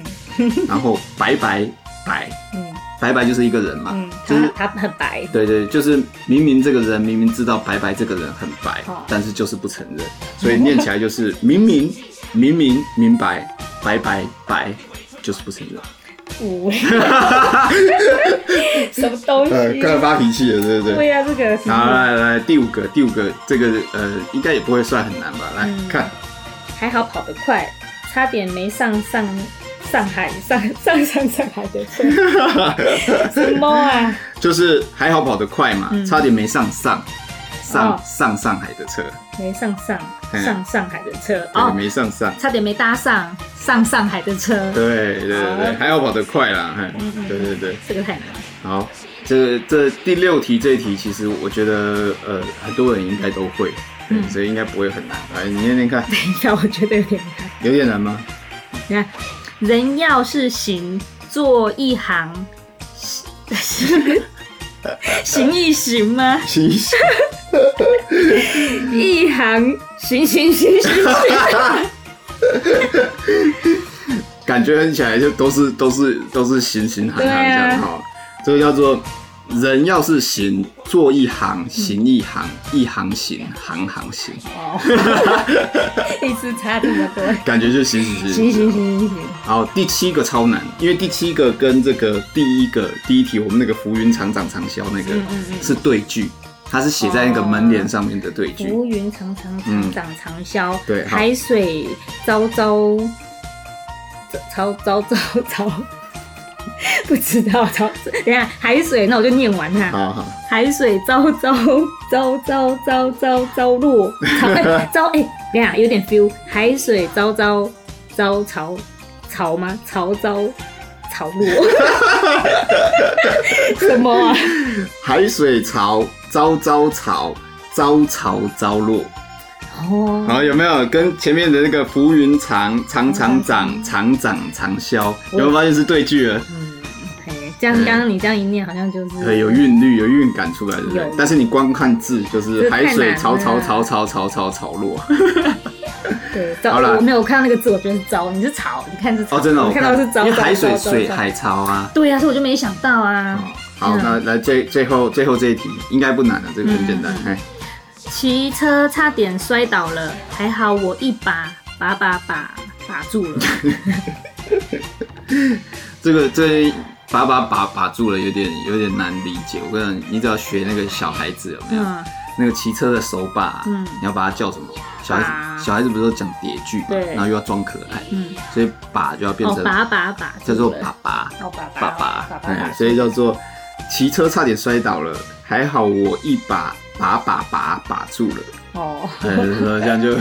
[SPEAKER 2] 然后白白白
[SPEAKER 1] 嗯
[SPEAKER 2] 白白就是一个人嘛，
[SPEAKER 1] 嗯，
[SPEAKER 2] 就是
[SPEAKER 1] 他他很白。
[SPEAKER 2] 对对，就是明明这个人明明知道白白这个人很白
[SPEAKER 1] 好，
[SPEAKER 2] 但是就是不承认，所以念起来就是明明 明明明白白白白，就是不承认。
[SPEAKER 1] 五什么东
[SPEAKER 2] 呃，
[SPEAKER 1] 西
[SPEAKER 2] 刚？才发脾气了，对不
[SPEAKER 1] 对
[SPEAKER 2] 对？
[SPEAKER 1] 呀，这个什
[SPEAKER 2] 好，
[SPEAKER 1] 么？
[SPEAKER 2] 来来，第五个，第五个，这个呃，应该也不会算很难吧？来
[SPEAKER 1] 嗯
[SPEAKER 2] 看，
[SPEAKER 1] 还好跑得快，差点没上上上海上上上上海的车，什么啊？
[SPEAKER 2] 就是还好跑得快嘛，
[SPEAKER 1] 嗯
[SPEAKER 2] 差点没上上上
[SPEAKER 1] 哦
[SPEAKER 2] 上上海的车，
[SPEAKER 1] 没上上
[SPEAKER 2] 嗯
[SPEAKER 1] 上上海的车
[SPEAKER 2] 对，
[SPEAKER 1] 哦，
[SPEAKER 2] 没上上。
[SPEAKER 1] 差点没搭上上上海的车，
[SPEAKER 2] 对对对对，
[SPEAKER 1] 好
[SPEAKER 2] 还好跑得快啦，
[SPEAKER 1] 嗯
[SPEAKER 2] 嘿
[SPEAKER 1] 嗯
[SPEAKER 2] 对对对。
[SPEAKER 1] 这个太难了。
[SPEAKER 2] 好，这这第六题这一题，其实我觉得呃很多人应该都会，对，
[SPEAKER 1] 嗯
[SPEAKER 2] 所以应该不会很难。来，你念念看，
[SPEAKER 1] 等一下，我觉得有点难。
[SPEAKER 2] 有点难吗？
[SPEAKER 1] 你看，人要是行，坐一行， 行行一行吗？
[SPEAKER 2] 行行，
[SPEAKER 1] 一行行行行行行，
[SPEAKER 2] 感觉很起来就都是都是都是行行行行
[SPEAKER 1] 对
[SPEAKER 2] 这
[SPEAKER 1] 啊
[SPEAKER 2] 样哈、这个叫做人要是行，做一行，行一行，一行行，行行行，
[SPEAKER 1] 哦， 一次差这么多。
[SPEAKER 2] 感觉就行行行
[SPEAKER 1] 行行行行行，
[SPEAKER 2] 好，第七个超难，因为第七个跟这个第一个第一题我们那个浮云长长长消那个
[SPEAKER 1] 嗯嗯嗯
[SPEAKER 2] 是对句，它是写在那个门帘上面的对句。
[SPEAKER 1] 浮云长长长长长消，
[SPEAKER 2] 嗯对好
[SPEAKER 1] 海水糟糟，糟糟糟糟， 不知道糟，等一下海水，那我就念完它。
[SPEAKER 2] 好好，
[SPEAKER 1] 海水糟糟糟糟糟糟糟落，糟哎糟哎，等一下有点 feel，海水糟糟糟潮潮吗？潮糟潮 落，什么啊？
[SPEAKER 2] 海水潮，朝朝潮，朝潮朝落。
[SPEAKER 1] 哦，
[SPEAKER 2] 好，有没有跟前面的那个浮云长长长长长长长消，有没有发现是对句了？
[SPEAKER 1] 嗯，嘿，这样刚刚你这样一念，好像就是
[SPEAKER 2] 对，有韵律，有韵感出来，对不对
[SPEAKER 1] 有？
[SPEAKER 2] 但是你光看字，就是
[SPEAKER 1] 这
[SPEAKER 2] 海
[SPEAKER 1] 太
[SPEAKER 2] 水
[SPEAKER 1] 难
[SPEAKER 2] 潮潮
[SPEAKER 1] 了
[SPEAKER 2] 潮潮潮潮潮落。
[SPEAKER 1] 对糟
[SPEAKER 2] 好啦
[SPEAKER 1] 我没有看到那个字，我觉得是糟，你是潮，你看是潮，
[SPEAKER 2] 哦，真的哦，
[SPEAKER 1] 我看到是糟，
[SPEAKER 2] 因为
[SPEAKER 1] 糟
[SPEAKER 2] 海水
[SPEAKER 1] 糟糟
[SPEAKER 2] 水
[SPEAKER 1] 糟
[SPEAKER 2] 海潮啊。
[SPEAKER 1] 对呀、所以我就没想到啊。
[SPEAKER 2] 哦好，
[SPEAKER 1] 嗯
[SPEAKER 2] 那来最最后最后这一题应该不难了，这个很简单。
[SPEAKER 1] 嗯
[SPEAKER 2] 哎，
[SPEAKER 1] 骑车差点摔倒了，还好我一把把把把把住 了。
[SPEAKER 2] 这个这把把把把住了，有点有点难理解。我跟你讲，你只要学那个小孩子有没有？
[SPEAKER 1] 嗯，
[SPEAKER 2] 那个骑车的手把啊，
[SPEAKER 1] 嗯
[SPEAKER 2] 你要把它叫什么？小孩
[SPEAKER 1] 把
[SPEAKER 2] 子小孩子不是都讲叠句嘛，
[SPEAKER 1] 对
[SPEAKER 2] 然后又要装可爱，
[SPEAKER 1] 嗯，
[SPEAKER 2] 所以把就要变
[SPEAKER 1] 哦
[SPEAKER 2] 成，
[SPEAKER 1] 把把把
[SPEAKER 2] 叫做
[SPEAKER 1] 把，
[SPEAKER 2] 爸爸
[SPEAKER 1] 哦把
[SPEAKER 2] 爸
[SPEAKER 1] 把
[SPEAKER 2] 爸
[SPEAKER 1] 把，
[SPEAKER 2] 哎，
[SPEAKER 1] 把，
[SPEAKER 2] 所以叫做骑车差点摔倒了，还好我一把把把把把住了。
[SPEAKER 1] 哦，
[SPEAKER 2] 哎，说这样就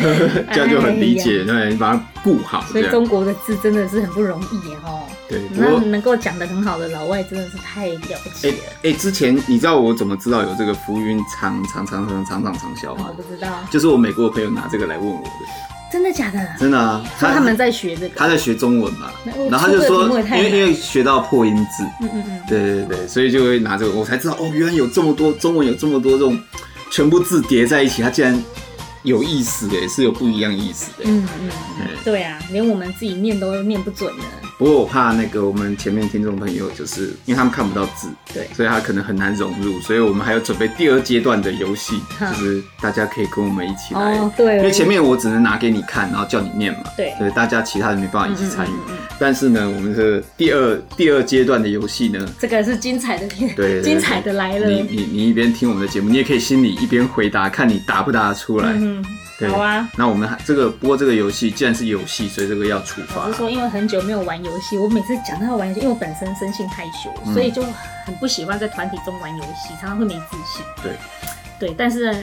[SPEAKER 2] 这样就很理解，对，你把它顾好
[SPEAKER 1] 所
[SPEAKER 2] 这
[SPEAKER 1] 以
[SPEAKER 2] 样。
[SPEAKER 1] 中国的字真的是很不容易耶哦。
[SPEAKER 2] 对，不
[SPEAKER 1] 那
[SPEAKER 2] 过
[SPEAKER 1] 能够讲得很好的老外真的是太了不起
[SPEAKER 2] 哎
[SPEAKER 1] 了，
[SPEAKER 2] 哎，之前你知道我怎么知道有这个浮云长长长长长长长啸
[SPEAKER 1] 我
[SPEAKER 2] 吗？
[SPEAKER 1] 哦不知道，
[SPEAKER 2] 就是我美国的朋友拿这个来问我的，
[SPEAKER 1] 真的假的？
[SPEAKER 2] 真的啊，
[SPEAKER 1] 说他们在学这个，
[SPEAKER 2] 他在学中文嘛
[SPEAKER 1] 那我，
[SPEAKER 2] 然后他就
[SPEAKER 1] 出这个
[SPEAKER 2] 说
[SPEAKER 1] 题目也，太
[SPEAKER 2] 因为
[SPEAKER 1] 难
[SPEAKER 2] 因为学到破音字，
[SPEAKER 1] 嗯嗯嗯，
[SPEAKER 2] 对对对，所以就会拿这个，我才知道哦，原来有这么多中文有这么多这种全部字叠在一起，它竟然有意思的，是有不一样意思的。
[SPEAKER 1] 嗯嗯，
[SPEAKER 2] 哎
[SPEAKER 1] 对啊，连我们自己念都念不准呢。
[SPEAKER 2] 不过我怕那个我们前面听众朋友，就是因为他们看不到字，
[SPEAKER 1] 对
[SPEAKER 2] 所以他可能很难融入，所以我们还有准备第二阶段的游 戏，
[SPEAKER 1] 嗯
[SPEAKER 2] 就是大家可以跟我们一起来，
[SPEAKER 1] 哦，对，
[SPEAKER 2] 因为前面我只能拿给你看，然后叫你念嘛，
[SPEAKER 1] 对
[SPEAKER 2] 所以大家其他人没办法一起参与。
[SPEAKER 1] 嗯嗯嗯
[SPEAKER 2] 但是呢，我们的第二第二阶段的游戏呢，
[SPEAKER 1] 这个是精彩的 片，
[SPEAKER 2] 对对对
[SPEAKER 1] 精彩的来了。
[SPEAKER 2] 你你你一边听我们的节目，你也可以心里一边回答，看你答不答得出来。
[SPEAKER 1] 嗯
[SPEAKER 2] 对
[SPEAKER 1] 哼，好啊。
[SPEAKER 2] 那我们还这个不过这个游戏既然是游戏，所以这个要处
[SPEAKER 1] 我
[SPEAKER 2] 罚
[SPEAKER 1] 是。说，因为很久没有玩游戏，我每次讲到要玩游戏，因为我本身生性害羞，
[SPEAKER 2] 嗯
[SPEAKER 1] 所以就很不喜欢在团体中玩游戏，常常会没自信。
[SPEAKER 2] 对
[SPEAKER 1] 对，但是呢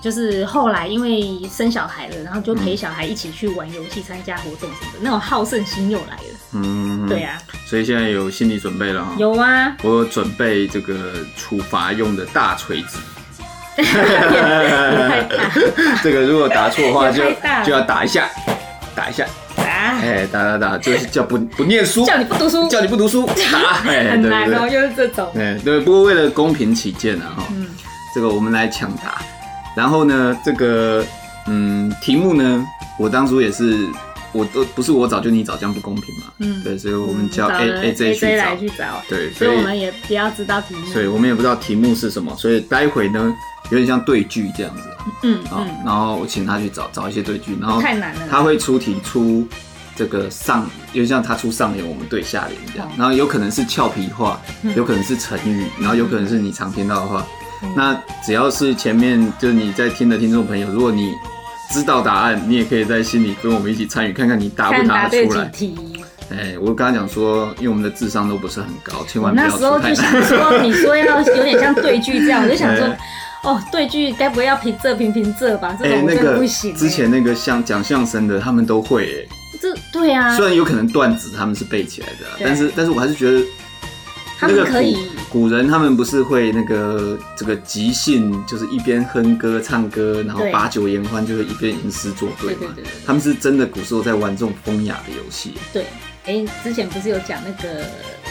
[SPEAKER 1] 就是后来因为生小孩了，然后就陪小孩一起去玩游戏、参加活动什么的，那种好胜心又来了。
[SPEAKER 2] 嗯，
[SPEAKER 1] 对。啊，
[SPEAKER 2] 所以现在有心理准备了哈。
[SPEAKER 1] 有 啊，
[SPEAKER 2] 我有准备这个处罚用的大锤子，
[SPEAKER 1] 啊太大
[SPEAKER 2] 这个如果答错的话就
[SPEAKER 1] 哎也太大了
[SPEAKER 2] 就要打一下，打一下，
[SPEAKER 1] 啊，
[SPEAKER 2] 哎，打打打，就是叫不不念书，
[SPEAKER 1] 叫你不读书，
[SPEAKER 2] 叫你不读书， 打，哎，
[SPEAKER 1] 很
[SPEAKER 2] 对
[SPEAKER 1] 难
[SPEAKER 2] 对
[SPEAKER 1] 哦，
[SPEAKER 2] 对，
[SPEAKER 1] 又是这种。
[SPEAKER 2] 哎对，不过为了公平起见啊，哈，
[SPEAKER 1] 嗯，
[SPEAKER 2] 这个我们来抢答。然后呢，这个嗯题目呢，我当初也是我都不是我找就你找，这样不公平嘛，
[SPEAKER 1] 嗯
[SPEAKER 2] 对，所以我们叫
[SPEAKER 1] 找
[SPEAKER 2] A
[SPEAKER 1] 了
[SPEAKER 2] A J 去
[SPEAKER 1] AJ 来
[SPEAKER 2] 找，
[SPEAKER 1] 去找，
[SPEAKER 2] 对，
[SPEAKER 1] 所
[SPEAKER 2] 所
[SPEAKER 1] 以
[SPEAKER 2] 以
[SPEAKER 1] 我们也不要知道题目。
[SPEAKER 2] 所以我们也不知道题目是什么，所以待会呢有点像对句这样子。
[SPEAKER 1] 嗯
[SPEAKER 2] 啊，
[SPEAKER 1] 嗯，
[SPEAKER 2] 然后我请他去找找一些对句，然后
[SPEAKER 1] 太难了。
[SPEAKER 2] 他会出题出这个上，因为像他出上联，我们对下联这样
[SPEAKER 1] 哦，
[SPEAKER 2] 然后有可能是俏皮话，
[SPEAKER 1] 嗯
[SPEAKER 2] 有可能是成语，然后有可能是你常听到的话
[SPEAKER 1] 嗯。
[SPEAKER 2] 那只要是前面就是你在听的听众朋友，如果你知道答案，你也可以在心里跟我们一起参与，看看你答不
[SPEAKER 1] 看
[SPEAKER 2] 答
[SPEAKER 1] 答
[SPEAKER 2] 得
[SPEAKER 1] 对
[SPEAKER 2] 出
[SPEAKER 1] 几
[SPEAKER 2] 来。
[SPEAKER 1] 题。
[SPEAKER 2] 哎，我刚刚讲说，因为我们的智商都不是很高，千
[SPEAKER 1] 我
[SPEAKER 2] 万不
[SPEAKER 1] 那
[SPEAKER 2] 要
[SPEAKER 1] 时候
[SPEAKER 2] 出太
[SPEAKER 1] 就想
[SPEAKER 2] 难。
[SPEAKER 1] 说，你说要有点像对句这样，我就想说
[SPEAKER 2] 哎，
[SPEAKER 1] 哦，对句该不会要平仄平平仄吧？这
[SPEAKER 2] 哎，
[SPEAKER 1] 种我
[SPEAKER 2] 那
[SPEAKER 1] 真的
[SPEAKER 2] 个
[SPEAKER 1] 不行欸。
[SPEAKER 2] 之前那个像讲相声的，他们都会、哎
[SPEAKER 1] 这对啊，
[SPEAKER 2] 虽然有可能段子他们是背起来的啊，
[SPEAKER 1] 对
[SPEAKER 2] 但是但是我还是觉得
[SPEAKER 1] 他
[SPEAKER 2] 那
[SPEAKER 1] 们
[SPEAKER 2] 个
[SPEAKER 1] 可以
[SPEAKER 2] 古古人他们不是会那个这个即兴，就是一边哼歌唱歌，然后
[SPEAKER 1] 对
[SPEAKER 2] 把酒言欢，就会一边吟诗作对
[SPEAKER 1] 对
[SPEAKER 2] 嘛。
[SPEAKER 1] 对对对
[SPEAKER 2] 他们是真的古时候在玩这种风雅的游戏。
[SPEAKER 1] 对。哎，之前不是有讲那个，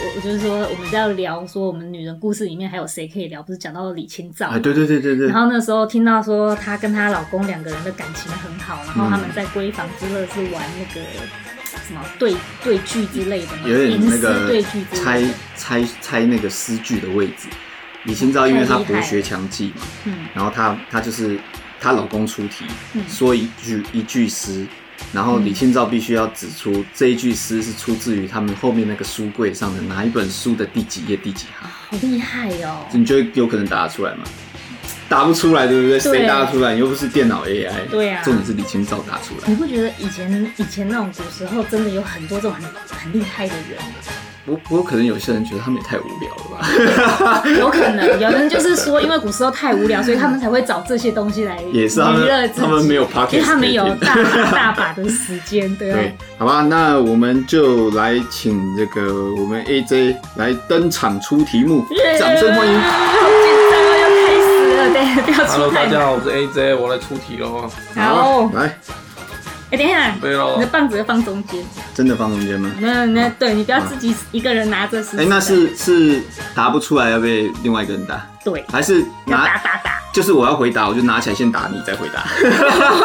[SPEAKER 1] 我我就是说我们在聊说我们女人故事里面还有谁可以聊，不是讲到李清照
[SPEAKER 2] 哎，对对对对对
[SPEAKER 1] 啊然，后那时候听到说她跟她老公两个人的感情很好，然后
[SPEAKER 2] 嗯
[SPEAKER 1] 他们在闺房之乐是玩那个什么对对句之类的嘛，
[SPEAKER 2] 有点
[SPEAKER 1] 吟
[SPEAKER 2] 那
[SPEAKER 1] 诗
[SPEAKER 2] 个
[SPEAKER 1] 对句之
[SPEAKER 2] 猜
[SPEAKER 1] 类的。
[SPEAKER 2] 猜猜那个诗句的位置。李清照因为她
[SPEAKER 1] 太厉害
[SPEAKER 2] 博
[SPEAKER 1] 了
[SPEAKER 2] 学强记嘛，
[SPEAKER 1] 嗯，
[SPEAKER 2] 然后她她就是她老公出题，
[SPEAKER 1] 嗯
[SPEAKER 2] 说一句一句诗，然后李清照必须要指出这一句诗是出自于他们后面那个书柜上的哪一本书的第几页第几行，
[SPEAKER 1] 好厉害哦！
[SPEAKER 2] 你就会有可能答得出来嘛？答不出来，对不对？
[SPEAKER 1] 对
[SPEAKER 2] 谁答得出来？你又不是电脑 AI。
[SPEAKER 1] 对啊
[SPEAKER 2] 重点是李清照答出来。
[SPEAKER 1] 你不觉得以前以前那种古时候真的有很多这种很很厉害的人？
[SPEAKER 2] 不不过可能有些人觉得他们也太无聊了吧？
[SPEAKER 1] 有可能有人就是说，因为古时候太无聊，所以他们才会找这些东西来
[SPEAKER 2] 也是他
[SPEAKER 1] 娱乐
[SPEAKER 2] 们
[SPEAKER 1] 自己
[SPEAKER 2] 他们没有
[SPEAKER 1] 因
[SPEAKER 2] podcast，
[SPEAKER 1] 为他们有
[SPEAKER 2] 可以听
[SPEAKER 1] 大大把的时间，对不
[SPEAKER 2] 对
[SPEAKER 1] 对？，
[SPEAKER 2] 好吧，那我们就来请这个我们 AJ 来登场出题目，掌声欢迎。
[SPEAKER 1] 好紧张哦，要开始了，对，不要
[SPEAKER 3] Hello，
[SPEAKER 1] 出太难
[SPEAKER 3] 大家。好，我是 AJ，我来出题喽。
[SPEAKER 1] 好，
[SPEAKER 2] 来，
[SPEAKER 1] 哎，等一下，
[SPEAKER 3] 对咯
[SPEAKER 1] 你的棒子要放中间，
[SPEAKER 2] 真的放中间吗？
[SPEAKER 1] 那那对你不要自己一个人拿着石
[SPEAKER 2] 哎、
[SPEAKER 1] 头
[SPEAKER 2] 那是是答不出来要被另外一个人打，
[SPEAKER 1] 对，
[SPEAKER 2] 还是
[SPEAKER 1] 要打
[SPEAKER 2] 拿？
[SPEAKER 1] 打打，
[SPEAKER 2] 就是我要回答，我就拿起来先打你，再回 答。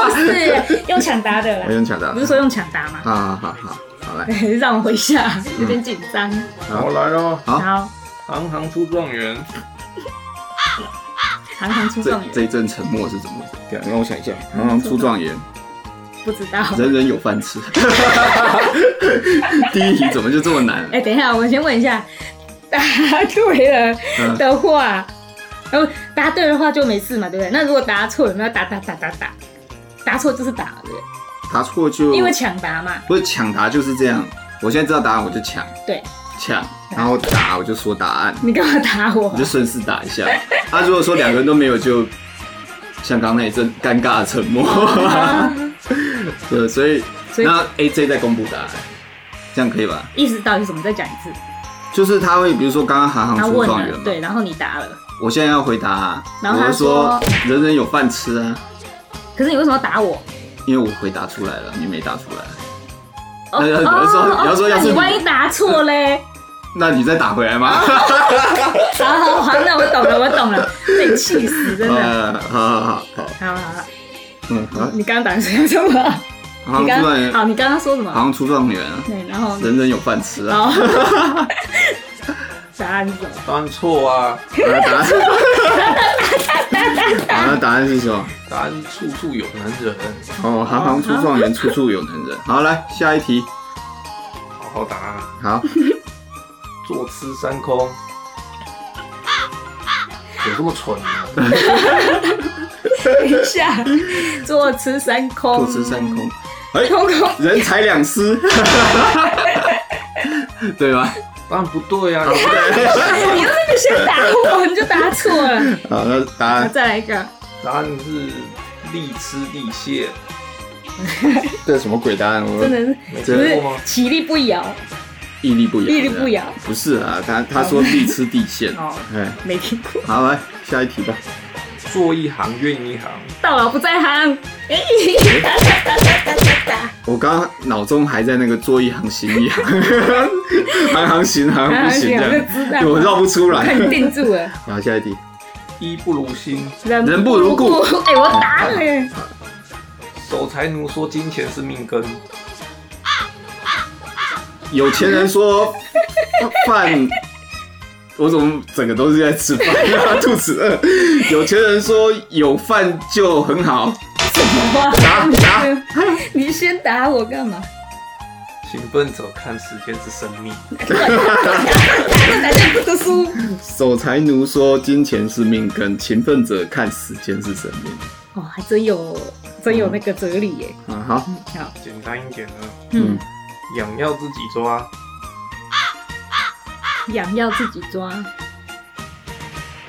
[SPEAKER 1] 不是用抢答的
[SPEAKER 2] 我
[SPEAKER 1] 啦，
[SPEAKER 2] 用抢答
[SPEAKER 1] 不。是说用抢答吗？
[SPEAKER 2] 好好好好，好来，
[SPEAKER 1] 让我回一下，有点紧张。
[SPEAKER 3] 我来喽，
[SPEAKER 2] 好
[SPEAKER 1] 好，
[SPEAKER 3] 行行出状元，
[SPEAKER 1] 行行出状
[SPEAKER 2] 这这
[SPEAKER 1] 元，
[SPEAKER 2] 一阵沉默是怎么回事？对啊让我想一下，刚刚出状元，
[SPEAKER 1] 不知道。
[SPEAKER 2] 人人有饭吃。 第一题怎么就这么难？
[SPEAKER 1] 哎，等一下，我先问一下，答对了
[SPEAKER 2] 嗯
[SPEAKER 1] 的话，然后答对的话就没事嘛，对不对？那如果答错，有没有打打打打打？答错就是打，对不对？
[SPEAKER 2] 答错就
[SPEAKER 1] 因为抢答嘛，
[SPEAKER 2] 不是抢答就是这样。我现在知道答案，我就抢
[SPEAKER 1] 对。
[SPEAKER 2] 抢，然后打我就说答案，
[SPEAKER 1] 你干嘛打我
[SPEAKER 2] 我就？顺势打 一下。他、如果说两个人都没有，就像刚刚那一阵尴尬的 沉默。对，所以
[SPEAKER 1] 所以
[SPEAKER 2] 那 AJ 再公布答案，这样可以吧？
[SPEAKER 1] 意思到底是什么？再讲一次。
[SPEAKER 2] 就是他会，比如说刚刚行
[SPEAKER 1] 他
[SPEAKER 2] 行出
[SPEAKER 1] 问
[SPEAKER 2] 状元
[SPEAKER 1] 了，
[SPEAKER 2] 嘛，
[SPEAKER 1] 对，然后你答了，
[SPEAKER 2] 我现在要回答、啊，
[SPEAKER 1] 然后
[SPEAKER 2] 我
[SPEAKER 1] 他
[SPEAKER 2] 就
[SPEAKER 1] 说
[SPEAKER 2] 说人人有饭吃啊，
[SPEAKER 1] 可是你为什么要打我？
[SPEAKER 2] 因为我回答出来了，你没答出来，
[SPEAKER 1] 哦
[SPEAKER 2] 呃那要
[SPEAKER 1] 哦
[SPEAKER 2] 要说
[SPEAKER 1] 哦
[SPEAKER 2] 要说要
[SPEAKER 1] 那
[SPEAKER 2] 是
[SPEAKER 1] 你
[SPEAKER 2] 你
[SPEAKER 1] 万一答错嘞？
[SPEAKER 2] 那你再打回来吗？
[SPEAKER 1] 好好好，那我懂了，我懂了，被你气死， 真的。
[SPEAKER 2] 呃，好好好好，
[SPEAKER 1] 好好好，
[SPEAKER 2] 嗯，好，
[SPEAKER 1] 你刚刚打算什么？你
[SPEAKER 2] 行出
[SPEAKER 1] 刚
[SPEAKER 2] 状元，
[SPEAKER 1] 好，你刚刚说什么？
[SPEAKER 2] 行出状元啊，
[SPEAKER 1] 对，然后
[SPEAKER 2] 人人有饭吃啊，
[SPEAKER 1] 好， 答案是什么？
[SPEAKER 3] 答案错
[SPEAKER 2] 啊
[SPEAKER 3] 啊，
[SPEAKER 2] 答 案，
[SPEAKER 1] 哎
[SPEAKER 2] 好，那答案是什么？
[SPEAKER 3] 答案处处有男人，
[SPEAKER 2] 哦，行行出状元，处处有能人。好，来下一题，
[SPEAKER 3] 好好答啊，
[SPEAKER 2] 好，
[SPEAKER 3] 坐吃山空，有这么蠢吗？
[SPEAKER 1] 等一下，坐吃山空，
[SPEAKER 2] 坐吃山空，哎，
[SPEAKER 1] 空空。
[SPEAKER 2] 人财两 失，对吧？
[SPEAKER 3] 当然不对啊，
[SPEAKER 1] 哎你又那个先打我，你就答错了。
[SPEAKER 2] 好，那答
[SPEAKER 1] 好
[SPEAKER 2] 案
[SPEAKER 1] 再来一个，
[SPEAKER 3] 答案是利吃利谢，
[SPEAKER 2] 这什么鬼答案？我
[SPEAKER 1] 真的是
[SPEAKER 3] 没
[SPEAKER 1] 不
[SPEAKER 3] 听
[SPEAKER 1] 是
[SPEAKER 3] 过吗？
[SPEAKER 1] 起立不摇，
[SPEAKER 2] 屹立不摇，
[SPEAKER 1] 屹立不摇。
[SPEAKER 2] 不是啊，他他说地吃地陷。
[SPEAKER 1] 哦
[SPEAKER 2] 哎，
[SPEAKER 1] 没听过。
[SPEAKER 2] 好来下一题吧。
[SPEAKER 3] 做一行怨一行，
[SPEAKER 1] 到老不在 行。哎，打打打打打打
[SPEAKER 2] 我刚刚脑中还在那个做一行行一行， 行行行行不行
[SPEAKER 1] 行
[SPEAKER 2] 这
[SPEAKER 1] 行行这知道
[SPEAKER 2] 样，对我绕不出
[SPEAKER 1] 打，看你
[SPEAKER 2] 来。
[SPEAKER 1] 定住了，
[SPEAKER 2] 好，下一题，
[SPEAKER 3] 衣不如新，
[SPEAKER 1] 人
[SPEAKER 2] 人不如故。
[SPEAKER 1] 哎，我答了耶，
[SPEAKER 3] 守财奴说金钱是命根，
[SPEAKER 2] 有钱人说饭，我怎么整个都是在吃饭， 肚子饿。有钱人说有饭就很好，
[SPEAKER 1] 什么话？
[SPEAKER 2] 答答。
[SPEAKER 1] 你先打我干嘛？
[SPEAKER 3] 勤奋者看时间是生命，
[SPEAKER 1] 那男人不读书，
[SPEAKER 2] 守财奴说金钱是命根，勤奋者看时间是生命。
[SPEAKER 1] 哦，还真有，真有那个哲理耶。
[SPEAKER 2] 啊，好，
[SPEAKER 1] 好，
[SPEAKER 3] 简单一点呢，
[SPEAKER 1] 嗯
[SPEAKER 2] 嗯，
[SPEAKER 3] 痒要自己抓，
[SPEAKER 1] 羊要自己抓，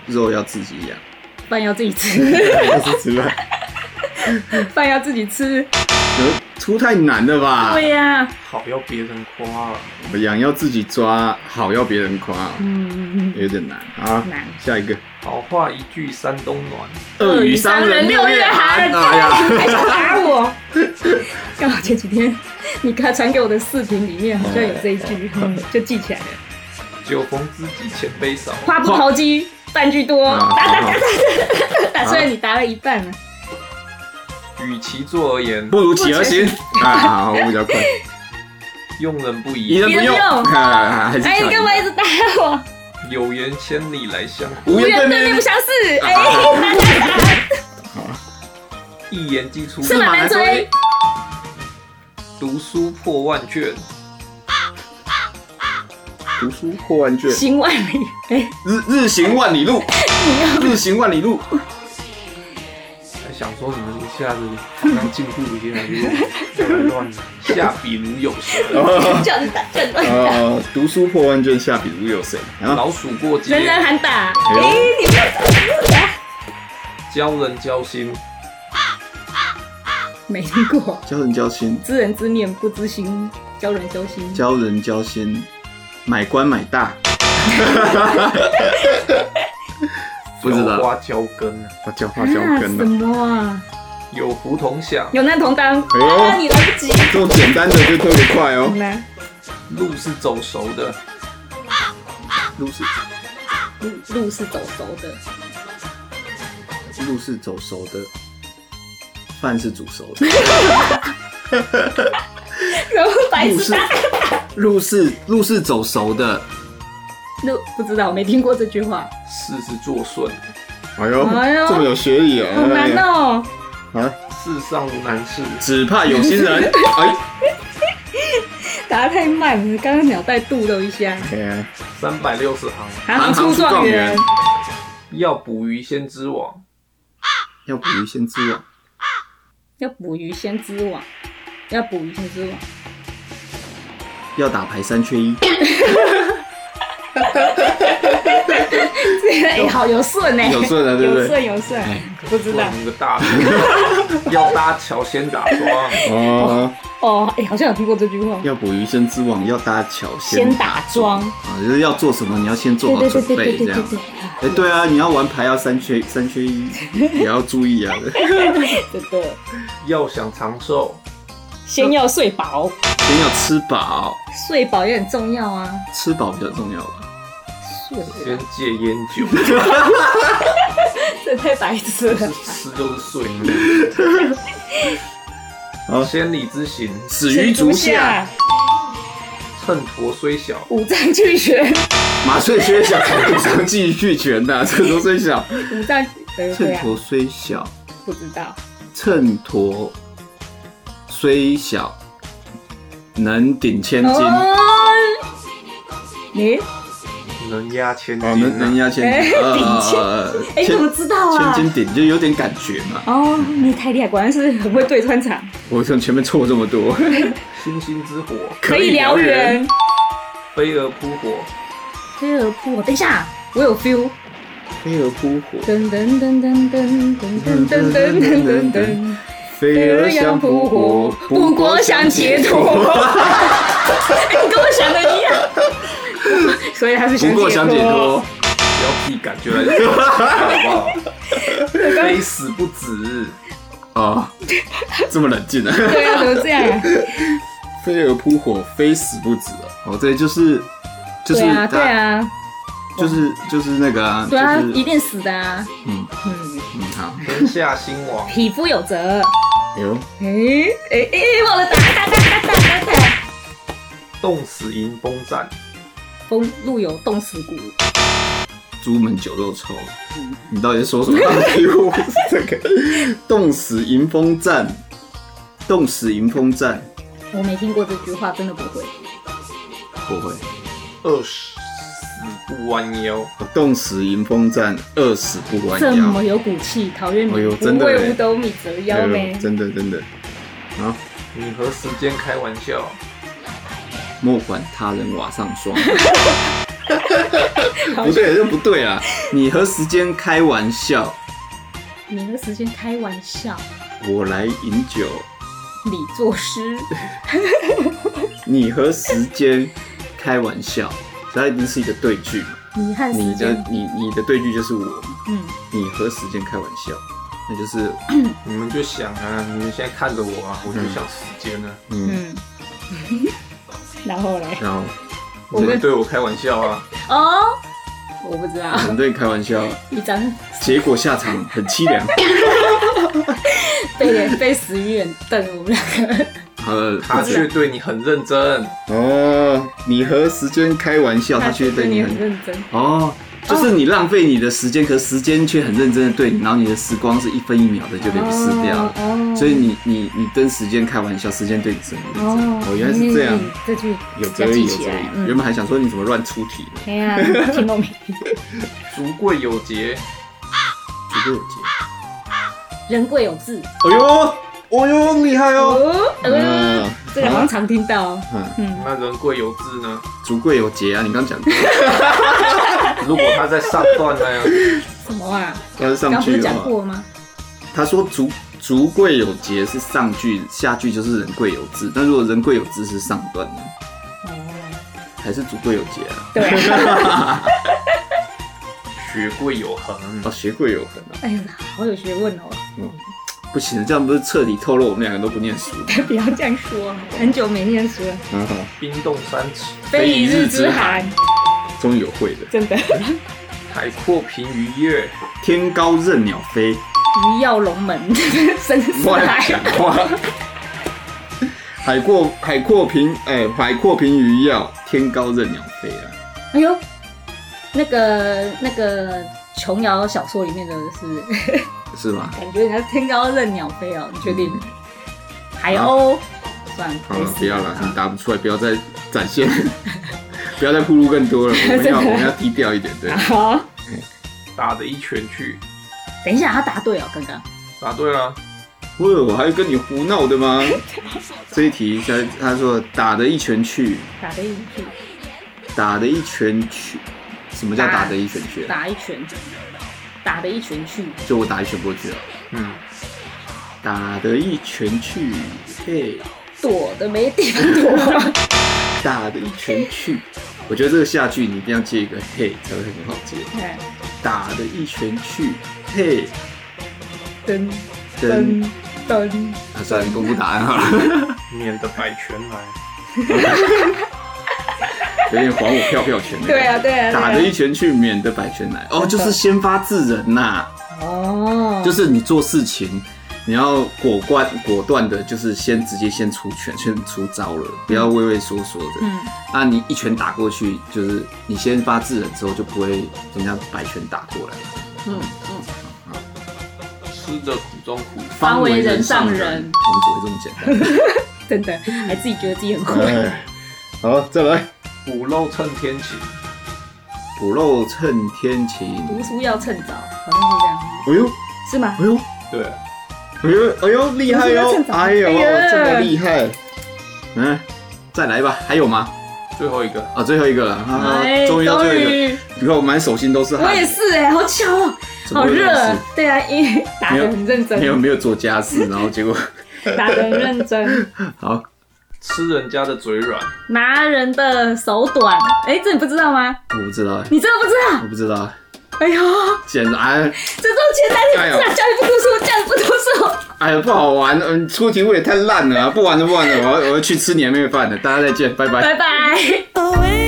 [SPEAKER 2] 肉要自己养，
[SPEAKER 1] 饭要自己吃，
[SPEAKER 2] 还是吃饭？
[SPEAKER 1] 饭要自己吃。
[SPEAKER 2] 呃出太难了吧？
[SPEAKER 1] 对呀，
[SPEAKER 3] 好要别人夸，
[SPEAKER 2] 养要自己抓，好要别人夸，
[SPEAKER 1] 嗯，
[SPEAKER 2] 有点难啊。
[SPEAKER 1] 难。
[SPEAKER 2] 下一个，
[SPEAKER 3] 好话一句三冬暖，
[SPEAKER 2] 鳄鱼商人
[SPEAKER 1] 六月寒，
[SPEAKER 2] 哎呀，
[SPEAKER 1] 还想打我？刚好前几天你刚传给我的视频里面好像有这一句，嗯就记起来了。
[SPEAKER 3] 酒逢知己千杯少，啊
[SPEAKER 1] 话不投机半句多，
[SPEAKER 2] 啊
[SPEAKER 1] 打打
[SPEAKER 2] 好好
[SPEAKER 1] 打打，虽然你答了一半了。
[SPEAKER 3] 与其坐而言，
[SPEAKER 2] 不如起而行啊！好，我比较快，
[SPEAKER 3] 用人不
[SPEAKER 2] 一
[SPEAKER 3] 疑，
[SPEAKER 2] 人不
[SPEAKER 1] 一人
[SPEAKER 2] 用，
[SPEAKER 1] 不用
[SPEAKER 2] 啊还是
[SPEAKER 1] 哎，你干嘛一直打我？
[SPEAKER 3] 有缘千里来相会，
[SPEAKER 2] 无
[SPEAKER 1] 无缘
[SPEAKER 2] 缘
[SPEAKER 1] 对
[SPEAKER 2] 对
[SPEAKER 1] 面不
[SPEAKER 2] 面
[SPEAKER 1] 相识，哎，打打打，
[SPEAKER 3] 一言既出，
[SPEAKER 1] 是马难追，
[SPEAKER 3] 读书破万卷，
[SPEAKER 2] 读书破万卷，
[SPEAKER 1] 行万里， 哎，
[SPEAKER 2] 日日行万 里路，
[SPEAKER 1] 你要
[SPEAKER 2] 日行万里路。
[SPEAKER 3] 还哎想说你们一下子好像进步越来越越来越乱了，下笔如有神，
[SPEAKER 1] 叫你打，叫 你打。
[SPEAKER 2] 呃，读书破万卷，下笔如有神啊！
[SPEAKER 3] 老鼠过街，
[SPEAKER 1] 人人喊打，
[SPEAKER 2] 哎
[SPEAKER 1] 哎、
[SPEAKER 2] 呦
[SPEAKER 1] 你不要打，你不要打，
[SPEAKER 3] 教人交心，
[SPEAKER 1] 没听过，
[SPEAKER 2] 教人交心，
[SPEAKER 1] 知人知面不知心，教人交心，
[SPEAKER 2] 教人交心，买官买大。不知道
[SPEAKER 3] 浇花浇根啊，
[SPEAKER 2] 我教花教
[SPEAKER 1] 啊、
[SPEAKER 2] 根
[SPEAKER 1] 什
[SPEAKER 2] 了，
[SPEAKER 1] 么啊？
[SPEAKER 3] 有福同享，
[SPEAKER 1] 有难同当。
[SPEAKER 2] 呦
[SPEAKER 1] 啊，你来不及。
[SPEAKER 2] 这种简单的就特别快哦。
[SPEAKER 1] 来，
[SPEAKER 3] 路是走熟的，
[SPEAKER 2] 路是
[SPEAKER 1] 路路是走熟的，
[SPEAKER 2] 路是走熟的，饭是煮熟的。
[SPEAKER 1] 然后白
[SPEAKER 2] 路
[SPEAKER 1] 痴
[SPEAKER 2] 是
[SPEAKER 1] 大
[SPEAKER 2] 路是路是走熟的。
[SPEAKER 1] 路不知道，没听过这句话，
[SPEAKER 3] 事是做顺，
[SPEAKER 2] 哎呦
[SPEAKER 1] 哎呦
[SPEAKER 2] 这么有学理
[SPEAKER 1] 好
[SPEAKER 2] 哦！
[SPEAKER 1] 难哦。
[SPEAKER 2] 啊，
[SPEAKER 3] 世上无难事，
[SPEAKER 2] 只怕有心 人。哎，
[SPEAKER 1] 答得太慢了，刚刚脑袋肚兜一下。
[SPEAKER 2] 哎呀
[SPEAKER 3] 三百六十行，
[SPEAKER 1] 行行出状元，
[SPEAKER 3] 要捕鱼先知网，
[SPEAKER 2] 要捕鱼先知网，
[SPEAKER 1] 要捕鱼先知网，要捕鱼先知网。
[SPEAKER 2] 要打牌三缺一。
[SPEAKER 1] 哎、好有顺哎、
[SPEAKER 2] 有顺了对不对哎
[SPEAKER 1] 有顺有顺，不知道
[SPEAKER 3] 那个大， 要搭桥先打桩，
[SPEAKER 2] 哦，
[SPEAKER 1] 哦。哎、好像有听过这句话。
[SPEAKER 2] 要捕鱼先知网，要搭桥
[SPEAKER 1] 先打桩
[SPEAKER 2] 啊，就是要做什么，你要先做
[SPEAKER 1] 对
[SPEAKER 2] 好
[SPEAKER 1] 对
[SPEAKER 2] 准
[SPEAKER 1] 对对
[SPEAKER 2] 备，
[SPEAKER 1] 对对
[SPEAKER 2] 这样
[SPEAKER 1] 对。对，
[SPEAKER 2] 哎，对啊，你要玩牌要三缺三缺一， 也要注意啊。
[SPEAKER 1] 真的。
[SPEAKER 3] 要想长寿，
[SPEAKER 1] 先要睡饱，
[SPEAKER 2] 先要吃饱，
[SPEAKER 1] 睡饱也很重要啊。
[SPEAKER 2] 吃饱比较重 要吧。
[SPEAKER 1] 睡饱，
[SPEAKER 3] 先戒烟酒，
[SPEAKER 1] 这太白痴了。
[SPEAKER 3] 吃就是睡，
[SPEAKER 2] 好，
[SPEAKER 3] 千里之行，
[SPEAKER 2] 止于足下，，
[SPEAKER 3] 秤砣虽小，
[SPEAKER 1] 五脏俱全，
[SPEAKER 2] 麻醉虽小， 五脏俱全呐。秤砣虽小，
[SPEAKER 1] 五脏呃
[SPEAKER 2] 秤
[SPEAKER 1] 对啊，
[SPEAKER 2] 砣虽小，
[SPEAKER 1] 不知道
[SPEAKER 2] 秤砣虽小，能顶千斤。哦，
[SPEAKER 1] 你
[SPEAKER 3] 能压千斤、啊，
[SPEAKER 2] 能能压千斤，
[SPEAKER 1] 哎
[SPEAKER 2] 呃
[SPEAKER 1] 顶千
[SPEAKER 2] 呃呃
[SPEAKER 1] 哎，你
[SPEAKER 2] 千
[SPEAKER 1] 怎么知道
[SPEAKER 2] 千
[SPEAKER 1] 啊？
[SPEAKER 2] 斤顶就有点感觉嘛。
[SPEAKER 1] 哦，你太厉害，果然是很会对穿场，
[SPEAKER 2] 我从前面错这么 多，
[SPEAKER 3] 星星之火，
[SPEAKER 1] 以燎原。。
[SPEAKER 3] 飞蛾扑火，
[SPEAKER 1] 飞蛾扑火，等一下，我有 feel。
[SPEAKER 2] 飞蛾扑火，
[SPEAKER 1] 噔噔噔噔噔噔噔噔噔噔噔，
[SPEAKER 2] 飞蛾想扑火，
[SPEAKER 1] 不过想解脱。你跟我想的一样，所以他是
[SPEAKER 2] 不过想解脱。
[SPEAKER 3] 不要自己感觉来做，好不好？ 非死不止，
[SPEAKER 2] 啊，这么冷 静啊！
[SPEAKER 1] 对啊，怎么这样啊？
[SPEAKER 2] 飞蛾扑火，非死不止啊！哦，对，就是就是
[SPEAKER 1] 对啊，
[SPEAKER 2] 大
[SPEAKER 1] 对啊，
[SPEAKER 2] 就是就是那个啊，就
[SPEAKER 1] 对啊，一
[SPEAKER 2] 是
[SPEAKER 1] 定死的啊！
[SPEAKER 2] 嗯
[SPEAKER 1] 嗯，
[SPEAKER 2] 嗯好，
[SPEAKER 3] 天下兴亡，
[SPEAKER 1] 匹夫有责。
[SPEAKER 2] 哎呦，
[SPEAKER 1] 诶诶诶，忘了打打打打打打打。
[SPEAKER 3] 冻死迎风战，
[SPEAKER 1] 风路有冻死骨，
[SPEAKER 2] 朱门酒肉臭，
[SPEAKER 1] 嗯
[SPEAKER 2] 你到底在说什么？ 到底我这个冻死迎风站，冻死迎风站，
[SPEAKER 1] 我没听过这句话，真的不会。
[SPEAKER 2] 不会，
[SPEAKER 3] 饿死不弯腰，
[SPEAKER 2] 冻死迎风站，饿死不弯
[SPEAKER 1] 这
[SPEAKER 2] 腰
[SPEAKER 1] 么。有骨气，陶渊
[SPEAKER 2] 哎呦
[SPEAKER 1] 明不
[SPEAKER 2] 真的
[SPEAKER 1] 为
[SPEAKER 2] 耶
[SPEAKER 1] 五斗米折腰
[SPEAKER 2] 哎
[SPEAKER 1] 呢
[SPEAKER 2] 呦，。真的真的，好，
[SPEAKER 3] 你和时间开玩笑，
[SPEAKER 2] 莫管他人瓦上 霜。
[SPEAKER 1] 好
[SPEAKER 2] 不对，这不对啊！你和时间开玩笑，
[SPEAKER 1] 你和时间开玩笑，
[SPEAKER 2] 我来饮酒。
[SPEAKER 1] 你作诗，
[SPEAKER 2] 你和时间开玩笑，它一定是一个对句嘛。
[SPEAKER 1] 你和时
[SPEAKER 2] 你的
[SPEAKER 1] 间，
[SPEAKER 2] 你你的对句就是我嘛，
[SPEAKER 1] 嗯，
[SPEAKER 2] 你和时间开玩笑，那就是
[SPEAKER 3] 你们就想啊，你们现在看着我啊，我就想时间啊，
[SPEAKER 2] 嗯，
[SPEAKER 1] 嗯，然后嘞，
[SPEAKER 2] 然后
[SPEAKER 1] 我
[SPEAKER 3] 你们
[SPEAKER 1] 们
[SPEAKER 3] 对我开玩笑啊，
[SPEAKER 1] 哦，我不知道，
[SPEAKER 2] 我们对你开玩笑，
[SPEAKER 1] 一张
[SPEAKER 2] 结果下场很凄凉。
[SPEAKER 1] 被人被死鱼眼瞪，我们两个，
[SPEAKER 2] 呃，
[SPEAKER 3] 他却对你很认真，
[SPEAKER 2] 哦，你和时间开玩笑，他却对你
[SPEAKER 1] 很
[SPEAKER 2] 很
[SPEAKER 1] 认真，
[SPEAKER 2] 哦，就是你浪费你的时间，可时间却很认真的对你，然后你的时光是一分一秒的就被你撕掉了。
[SPEAKER 1] 哦
[SPEAKER 2] 所以你你你跟时间开玩笑，时间对你是很认真
[SPEAKER 1] 哦
[SPEAKER 2] 的。哦，原来是这样。
[SPEAKER 1] 嗯这句
[SPEAKER 2] 有哲
[SPEAKER 1] 要
[SPEAKER 2] 理，
[SPEAKER 1] 记
[SPEAKER 2] 有
[SPEAKER 1] 起
[SPEAKER 2] 哲
[SPEAKER 1] 来
[SPEAKER 2] 理，。原
[SPEAKER 1] 嗯，
[SPEAKER 2] 本还想说你怎么乱出题呢？
[SPEAKER 1] 哎呀，听懂没？
[SPEAKER 3] 竹贵有节，
[SPEAKER 2] 绝对有结。
[SPEAKER 1] 人贵有志，
[SPEAKER 2] 哎呦，哎呦，厉害哦！
[SPEAKER 1] 哦，呃
[SPEAKER 2] 嗯，
[SPEAKER 1] 这个好像常听到哦，
[SPEAKER 2] 嗯，
[SPEAKER 1] 嗯，
[SPEAKER 3] 那人贵有志呢？
[SPEAKER 2] 竹贵有节啊，你刚 讲过，
[SPEAKER 3] 如果他在上段那样，
[SPEAKER 1] 什么啊？
[SPEAKER 2] 要是上哦
[SPEAKER 1] 刚不
[SPEAKER 2] 句
[SPEAKER 1] 是
[SPEAKER 2] 的
[SPEAKER 1] 讲
[SPEAKER 2] 话，
[SPEAKER 1] 过吗？
[SPEAKER 2] 他说竹竹贵有节是上句，下句就是人贵有志。但如果人贵有志是上段呢，
[SPEAKER 1] 哦，
[SPEAKER 2] 还是竹贵有节啊？
[SPEAKER 1] 对啊。
[SPEAKER 3] 学贵有恒
[SPEAKER 2] 哦，，学贵有恒啊，
[SPEAKER 1] 哎呀，好有学问哦！
[SPEAKER 2] 嗯不行，这样不是彻底透露我们两个都不念书？
[SPEAKER 1] 不要这样说，很久没念书了，
[SPEAKER 2] 很好，
[SPEAKER 3] 冰冻三尺，
[SPEAKER 1] 非一日之寒，
[SPEAKER 2] 终于有会的。
[SPEAKER 1] 真的。
[SPEAKER 3] 海阔凭鱼跃，
[SPEAKER 2] 天高任鸟飞，
[SPEAKER 1] 鱼跃龙门，深似
[SPEAKER 2] 乱
[SPEAKER 1] 海
[SPEAKER 2] 讲。话。海哎阔海阔凭哎、海阔凭鱼跃，天高任鸟飞啊！
[SPEAKER 1] 哎呦，那个那个琼瑶小说里面的是，
[SPEAKER 2] 是吗？
[SPEAKER 1] 感觉人家天高任鸟飞哦，你确定？海鸥，算了，
[SPEAKER 2] 嗯好
[SPEAKER 1] 没
[SPEAKER 2] 了，
[SPEAKER 1] 事
[SPEAKER 2] 不要了，你答不出来，不要再展现， 不要再铺路更多了。我 们要我们要低调一点，对。
[SPEAKER 1] 好，
[SPEAKER 3] 打的一拳去，
[SPEAKER 1] 等一下，他答对了，哦刚刚
[SPEAKER 3] 答对了，
[SPEAKER 2] 不是，我还跟你胡闹的 吗？这一题他他说打的一拳去，
[SPEAKER 1] 打的一拳，
[SPEAKER 2] 打的一拳去，什么叫
[SPEAKER 1] 打
[SPEAKER 2] 打的一拳去？啊
[SPEAKER 1] 打一拳，打的一拳去，
[SPEAKER 2] 就我打一拳过去了，
[SPEAKER 3] 嗯，
[SPEAKER 2] 打的一拳去，嘿，
[SPEAKER 1] 躲的没地方 躲。
[SPEAKER 2] 打的一拳去。我觉得这个下句你一定要接一个嘿，才会很好接。
[SPEAKER 1] 哎
[SPEAKER 2] 打的一拳去，嘿，
[SPEAKER 1] 噔
[SPEAKER 2] 真，
[SPEAKER 1] 噔噔，
[SPEAKER 2] 啊，算了，你公布答案好了，
[SPEAKER 3] 免得百拳来，
[SPEAKER 2] 有点还我票票拳的感觉。
[SPEAKER 1] 对啊对啊对啊
[SPEAKER 2] 打的一拳去，免得百拳来。哦，就是先发制人呐、
[SPEAKER 1] 哦，
[SPEAKER 2] 就是你做事情，你要果断果断的，就是先直接先出拳，先出招了，不要畏畏缩缩的。
[SPEAKER 1] 嗯，
[SPEAKER 2] 那你一拳打过去，就是你先发制人之后，就不会人家百拳打过来。
[SPEAKER 1] 嗯嗯，
[SPEAKER 3] 吃的苦中苦，
[SPEAKER 1] 方为人上人
[SPEAKER 2] 我们只会这么简
[SPEAKER 1] 真的，还自己觉得自己很
[SPEAKER 2] 单。
[SPEAKER 1] 会。
[SPEAKER 2] 哎好，再来。
[SPEAKER 3] 补漏趁天晴，
[SPEAKER 2] 补漏趁天晴。
[SPEAKER 1] 读书要趁早，好像是这样，
[SPEAKER 2] 哎呦，
[SPEAKER 1] 是吗？
[SPEAKER 2] 哎呦，
[SPEAKER 3] 对，
[SPEAKER 2] 哎呦，哎呦，厉害
[SPEAKER 1] 读书要
[SPEAKER 2] 哟
[SPEAKER 1] 趁！早
[SPEAKER 2] 哎呦，
[SPEAKER 1] 哎呀
[SPEAKER 2] 这么厉害。嗯，再来吧，还有吗？
[SPEAKER 3] 最后一个，
[SPEAKER 2] 啊，最后一个了，啊
[SPEAKER 1] 哎，
[SPEAKER 2] 终于到最后一个。
[SPEAKER 1] 于，
[SPEAKER 2] 你看我满手心都是汗。
[SPEAKER 1] 我也是哎，好巧哦，
[SPEAKER 2] 怎么
[SPEAKER 1] 好
[SPEAKER 2] 会有
[SPEAKER 1] 热
[SPEAKER 2] 这种事
[SPEAKER 1] 啊。对啊，因为打得很认
[SPEAKER 2] 没有
[SPEAKER 1] 真，
[SPEAKER 2] 没有做家事， 然后结果
[SPEAKER 1] 打得很认真，
[SPEAKER 2] 好
[SPEAKER 3] 吃人家的嘴软，
[SPEAKER 1] 拿人的手短。哎，这你不知道吗？
[SPEAKER 2] 我不知道，
[SPEAKER 1] 你真的不知道？
[SPEAKER 2] 我不知道，
[SPEAKER 1] 哎呦，
[SPEAKER 2] 简直哎
[SPEAKER 1] 这都前三天不知道，教你不读书，教你不读书。
[SPEAKER 2] 哎呀不好玩，嗯，出题目也太烂了啊、不玩了不玩了，我要我要去吃年夜饭了，大家再见，拜拜。
[SPEAKER 1] 拜拜。
[SPEAKER 4] away.